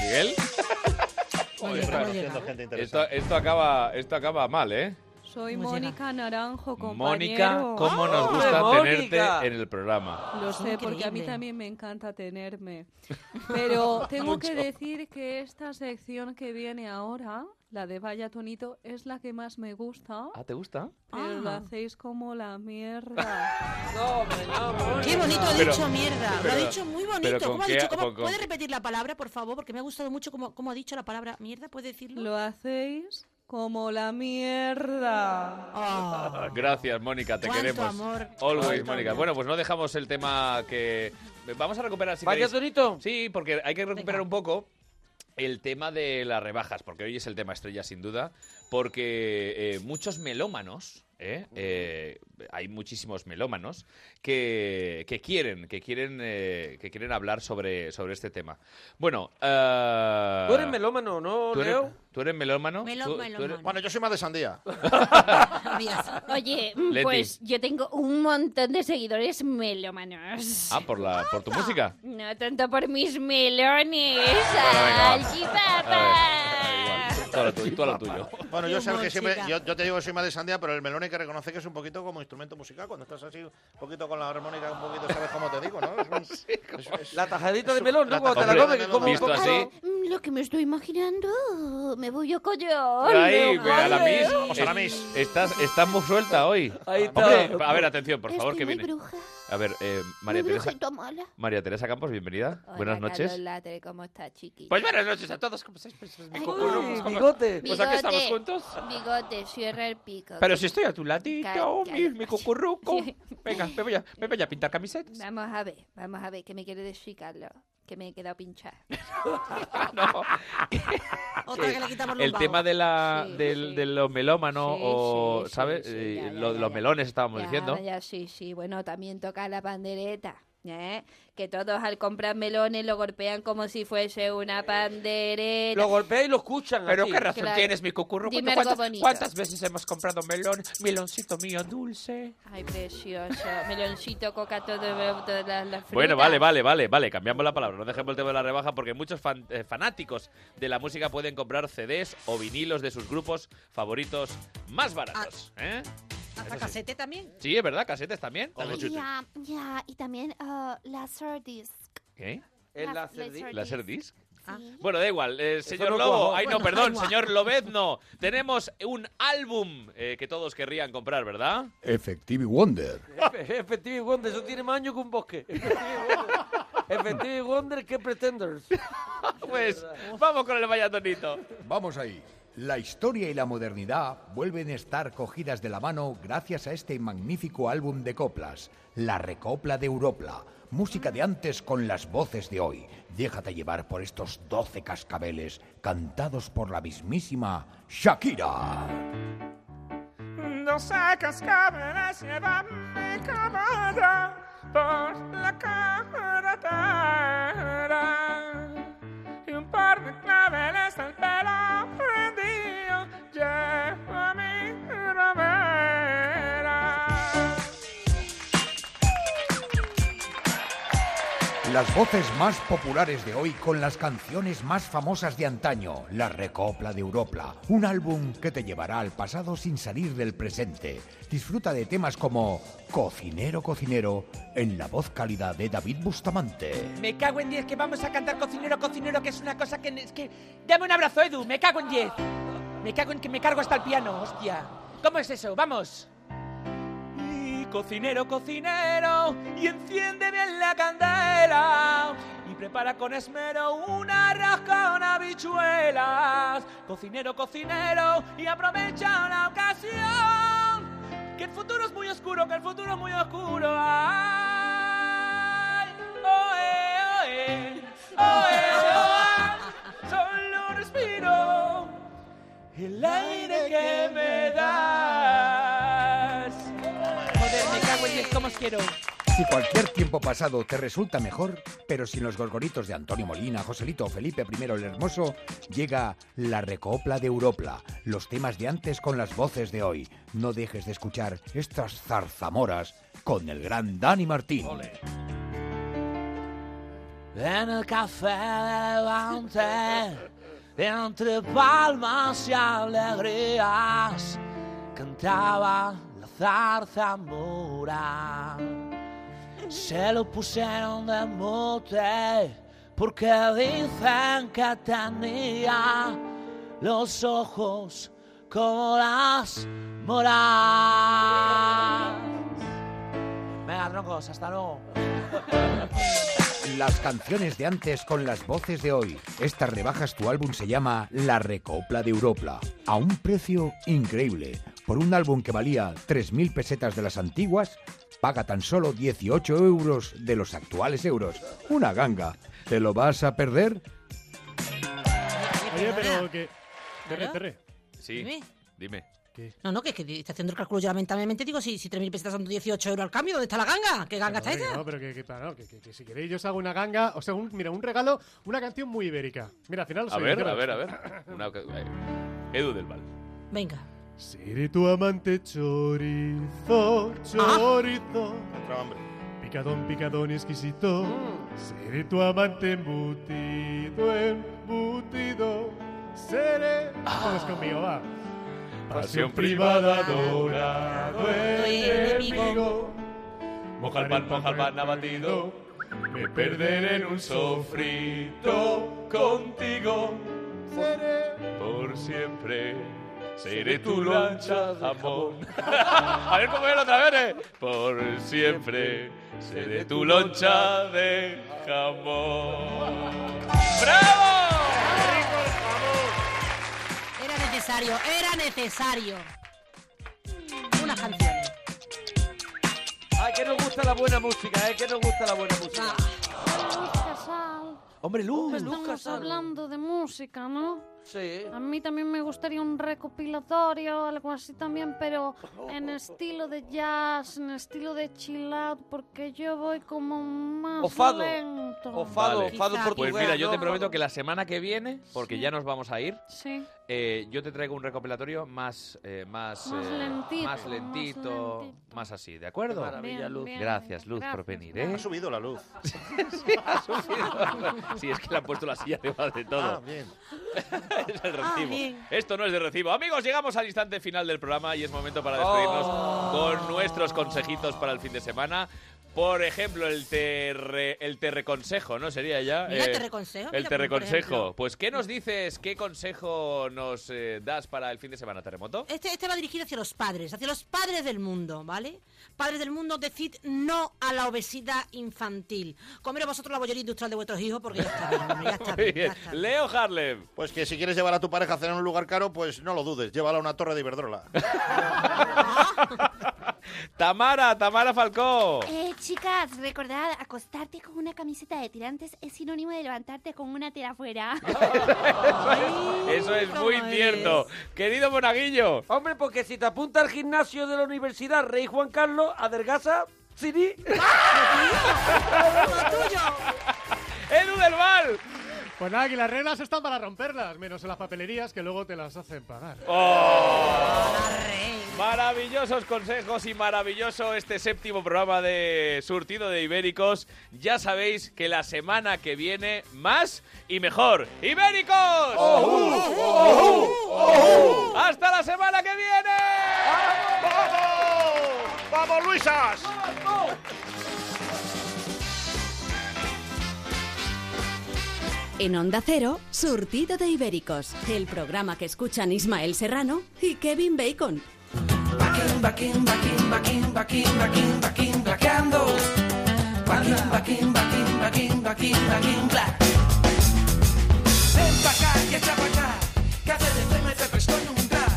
¿Miguel?
Joder,
Esto-
estamos siendo gente
esto,
interesante.
esto acaba, esto acaba mal, ¿eh?
Soy Mónica Naranjo,
Mónica,
compañero.
¿cómo nos
¡Oh,
gusta tenerte en el programa?
Lo sé, porque a mí
Increíble.
también me encanta tenerme.
<laughs>
Pero tengo que
Mucho.
decir que esta sección que viene ahora, la de Vaya Tonito, es la que más me gusta.
Ah, ¿te gusta?
Pero lo
Ah.
hacéis como la
<laughs>
mierda.
no, hombre, no,
Qué bonito ha
Pero-
dicho mierda. lo
pero-
ha dicho muy
pero
bonito.
con
¿Cómo ha
qué-
dicho? ¿Cómo-
con- con-
¿Puede repetir la palabra, por favor? Porque me ha gustado mucho cómo, cómo ha dicho la palabra mierda. ¿Puede decirlo?
Lo hacéis como la mierda.
Ah.
Ah, Gracias, Mónica, te
Cuánto
queremos.
amor.
Always,
Cuánto
Mónica.
amor.
Bueno, pues no dejamos el tema que... Vamos a recuperar, si
Vaya
queréis- Sí, porque hay que recuperar un poco el tema de las rebajas, porque hoy es el tema estrella, sin duda, porque eh, muchos melómanos... ¿eh? Eh, hay muchísimos melómanos que, que quieren que quieren eh, que quieren hablar sobre, sobre este tema bueno eh,
Tú eres melómano, ¿no,
¿tú eres,
Leo?
tú eres melómano
Melo-
¿Tú- tú
melómano.
eres-
Bueno, yo soy más de sandía.
Oye,
<laughs>
mm,
Leti.
pues yo tengo un montón de seguidores melómanos.
ah por la por tu música
No tanto por mis
<laughs>
melones.
venga, va.
¡Salchipapa!
Tú a lo tuyo, tú a lo tuyo.
<laughs> Bueno, yo
Qué
sé que siempre,
monchica.
yo, yo te digo que soy más de sandía, pero el melón hay que reconocer que es un poquito como instrumento musical. Cuando estás así, un poquito con la armónica, un poquito, ¿sabes cómo te digo? ¿no?
<laughs>
Es un- es- es-
La tajadita de melón, ¿no?
la
Cuando te la
tajadita
comes,
de
que como un
melón.
poco...
Visto así,
Mm, Lo que me estoy imaginando, me voy a collar.
Ahí,
¿no?
ve, a la
Vale.
Miss. Es- Estás, estás muy suelta hoy. Hombre, a ver, atención, por favor,
Estoy
que
muy
viene.
bruja,
A ver, eh,
muy
María Teresa.
brujita mala.
María Teresa Campos, bienvenida. Buenas noches.
¿cómo está, chiqui?
Pues buenas noches a todos, ¿cómo estáis? Pues,
Ay,
cucurumus, ¿cómo- bigote.
Pues aquí estamos juntos.
Bigote, cierra el pico.
Pero si estoy a tu ladito,
Ca-
mi, mi cucurruco.
<laughs>
Venga, me voy, a, me voy a pintar camisetas.
Vamos a ver, vamos a ver, ¿qué me quiere decir, Carlos? Que me he quedado
<laughs>
pinchada.
Otra que le quitamos los
El tema de, la, del, de los melómanos,
Sí,
o,
sí, sí,
¿sabes?
sí,
Eh,
ya, ya,
lo de
ya,
los
ya.
melones estábamos
Ya,
diciendo.
Ya, sí, sí. Bueno, también toca la pandereta. ¿eh? Que todos al comprar melones lo golpean como si fuese una pandereta.
Lo golpea y lo escuchan.
Pero
aquí.
qué razón Claro. tienes, mi
cucurro.
Dime algo bonito.
veces hemos comprado melón? Meloncito mío dulce.
Ay, precioso. Meloncito, coca, todo, todas las las
Bueno,
frutas.
vale, vale, vale, vale, cambiamos la palabra, no dejemos el tema de la rebaja porque muchos fan- eh, fanáticos de la música pueden comprar CDs o vinilos de sus grupos favoritos más baratos,
Ah.
¿eh?
¿Hasta
Eso sí.
casete también?
Sí, es verdad, casetes también.
Ya, ya, y también ah, la laser disc.
¿Qué?
El La- láser disc.
¿Láser disc?
Ah.
Bueno, da igual, eh, señor
no
Lobo,
cuajó.
ay
Bueno,
no,
da
perdón,
igual.
señor Lobezno, tenemos un álbum eh, que todos querrían comprar, ¿verdad?
Effective Wonder.
Efe- Effective Wonder, eso tiene más años que un bosque. Effective Wonder. Effective Wonder, ¿qué pretenders?
<laughs> Pues vamos con el vallatonito.
Vamos ahí. La historia y la modernidad vuelven a estar cogidas de la mano gracias a este magnífico álbum de coplas, La Recopla de Europla. Música de antes con las voces de hoy. Déjate llevar por estos 12 cascabeles cantados por la mismísima Shakira.
No sé cascabeles lleva mi cámara por la carretera y un par de claveles al pelo prendido lleva mi remera.
Las voces más populares de hoy con las canciones más famosas de antaño, La Recopla de Europla, un álbum que te llevará al pasado sin salir del presente. Disfruta de temas como Cocinero, cocinero, en la voz cálida de David Bustamante.
Me cago en 10 que vamos a cantar cocinero, cocinero, que es una cosa que es que. Dame un abrazo, Edu, me cago en 10. Me cago en que me cargo hasta el piano, hostia. ¿Cómo es eso? Vamos. Y cocinero, cocinero, y enciende bien la candela. Y prepara con esmero un arroz con habichuelas. Cocinero, cocinero, y aprovecha la ocasión. Que el futuro es muy oscuro, que el futuro es muy oscuro. Ay, oe, oe, oe, oa. Solo respiro el aire que me das. Joder, me cago en diez, ¿cómo os quiero?
Si cualquier tiempo pasado te resulta mejor, pero sin los gorgoritos de Antonio Molina, Joselito o Felipe I el Hermoso, llega La Recopla de Europla, los temas de antes con las voces de hoy. No dejes de escuchar estas zarzamoras con el gran Dani Martín.
En el café delante, entre palmas y alegrías,
cantaba la zarzamora. Se lo pusieron de mote porque dicen que tenía los ojos como las moras. Venga, troncos, hasta luego.
Las canciones de antes con las voces de hoy. Estas rebajas tu álbum se llama La Recopla de Europa. A un precio increíble. Por un álbum que valía 3.000 pesetas de las antiguas, paga tan solo 18 euros de los actuales euros. Una ganga. ¿Te lo vas a perder?
Oye, pero que. Terre,
¿Hola?
Terre.
Sí.
Dime.
Dime.
No, no, que es que está haciendo el cálculo yo lamentablemente. Digo, si, si 3.000 pesetas son 18 euros al cambio, ¿dónde está la ganga? ¿Qué ganga está
Hombre,
ella?
que No, pero que, que, claro, que- que- que si queréis yo os hago una ganga, o sea, un- mira, un regalo, una canción muy ibérica. Mira, al final
A
soy yo,
ver,
¿qué
a
pasa?
ver, a ver. <laughs> Una oca- eh, Edu del Val.
Venga.
Seré tu amante chorizo,
Ah.
chorizo. Picadón, picadón y exquisito.
Mm.
Seré tu amante embutido, embutido. Seré. Todos conmigo, va.
Ah. Pasión
privada, dorado
enemigo. Moja el pan, moja el pan abatido. eh. Me perderé en un sofrito contigo. Por siempre seré tu lancha de jamón. <laughs> A ver cómo era otra vez. eh. Por siempre seré tu loncha de jamón.
Era necesario, era necesario. Unas canciones.
Ay, que nos gusta la buena música, eh, que nos gusta la buena música.
Casal,
Hombre, Luz, Luz
Pues estamos
Casal.
hablando de música, ¿no?
Uh, Sí.
A mí también me gustaría un recopilatorio, algo así también, pero en estilo de jazz, en estilo de chill out, porque yo voy como más
O fado.
lento.
O fado, Vale. fado portugués,
Pues mira, yo
¿no?
te prometo que la semana que viene, porque
Sí.
ya nos vamos a ir,
Sí.
eh, yo te traigo un recopilatorio más, eh, más,
Más
eh,
lentito,
más
más
lentito, más así, ¿de acuerdo?
Qué maravilla, Bien, Luz. bien,
Gracias, Luz, por
gracias,
venir.
Luz.
¿eh?
Ha subido
la luz. <laughs> sí, ha subido. sí, es que le han puesto la silla debajo de todo.
Ah, bien.
es el
Ah,
recibo.
bien.
Esto no es de recibo. Amigos, llegamos al instante final del programa y es momento para despedirnos
Oh.
con nuestros consejitos para el fin de semana. Por ejemplo, el terre, el terreconsejo, ¿no? Sería ya. eh,
Mira, terreconsejo,
El
mira, por
terreconsejo.
ejemplo.
Pues, ¿qué nos dices? ¿Qué consejo nos eh, das para el fin de semana, Terremoto?
Este, este va dirigido hacia los padres, hacia los padres del mundo, ¿vale? Padres del mundo, decid no a la obesidad infantil. Comer vosotros la bollería industrial de vuestros hijos porque ya está bien, hombre, ya está bien.
Muy bien. Leo Harlem.
Pues que si quieres llevar a tu pareja a cenar a un lugar caro, pues no lo dudes, llévala a una torre de Iberdrola.
<laughs> Tamara, Tamara Falcó.
Eh, chicas, recordad, acostarte con una camiseta de tirantes es sinónimo de levantarte con una tela afuera.
Eso es muy
¿Cómo
cierto. Querido Monaguillo.
Hombre, porque si te apunta al gimnasio de la universidad Rey Juan Carlos, adelgaza, Siri. <laughs>
¡Edu del Val!
Pues nada, que las reglas están para romperlas, menos en las papelerías que luego te las hacen pagar.
¡Oh! Maravillosos consejos y maravilloso este séptimo programa de Surtido de Ibéricos. Ya sabéis que la semana que viene más y mejor. ¡Ibéricos! ¡Hasta la semana que viene!
¡Vamos! ¡Vamos, Luisas!
En Onda Cero, Surtido de Ibéricos, el programa que escuchan Ismael Serrano y Kevin Bacon.
Baquín, baquín, baquín, baquín, baquín, baquín, blaqueando. Baquín, baquín, baquín, baquín, baquín, baquín, black. Ven pa' acá y echa pa' acá, que hace de fe me te prestó inundar.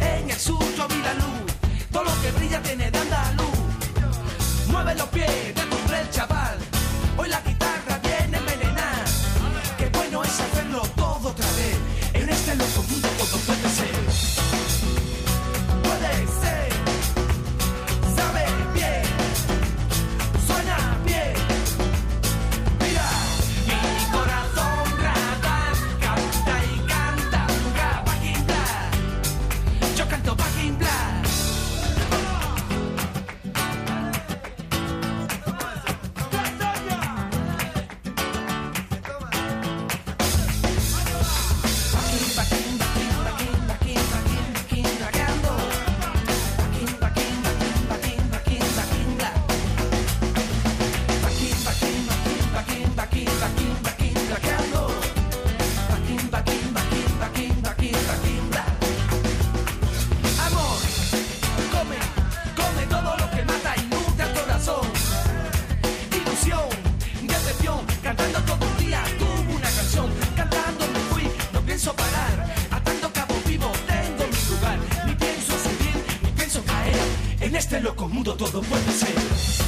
En el sur yo vi la luz, todo lo que brilla tiene de andaluz. Mueve los pies, descubre el chaval, hoy la guitarra viene envenenada. Qué bueno es hacerlo todo otra vez, en este loco mundo todo puede ser puede ser. Sabe bien, suena bien. Mira, mi corazón radar canta y lo conmuto todo puede ser. este este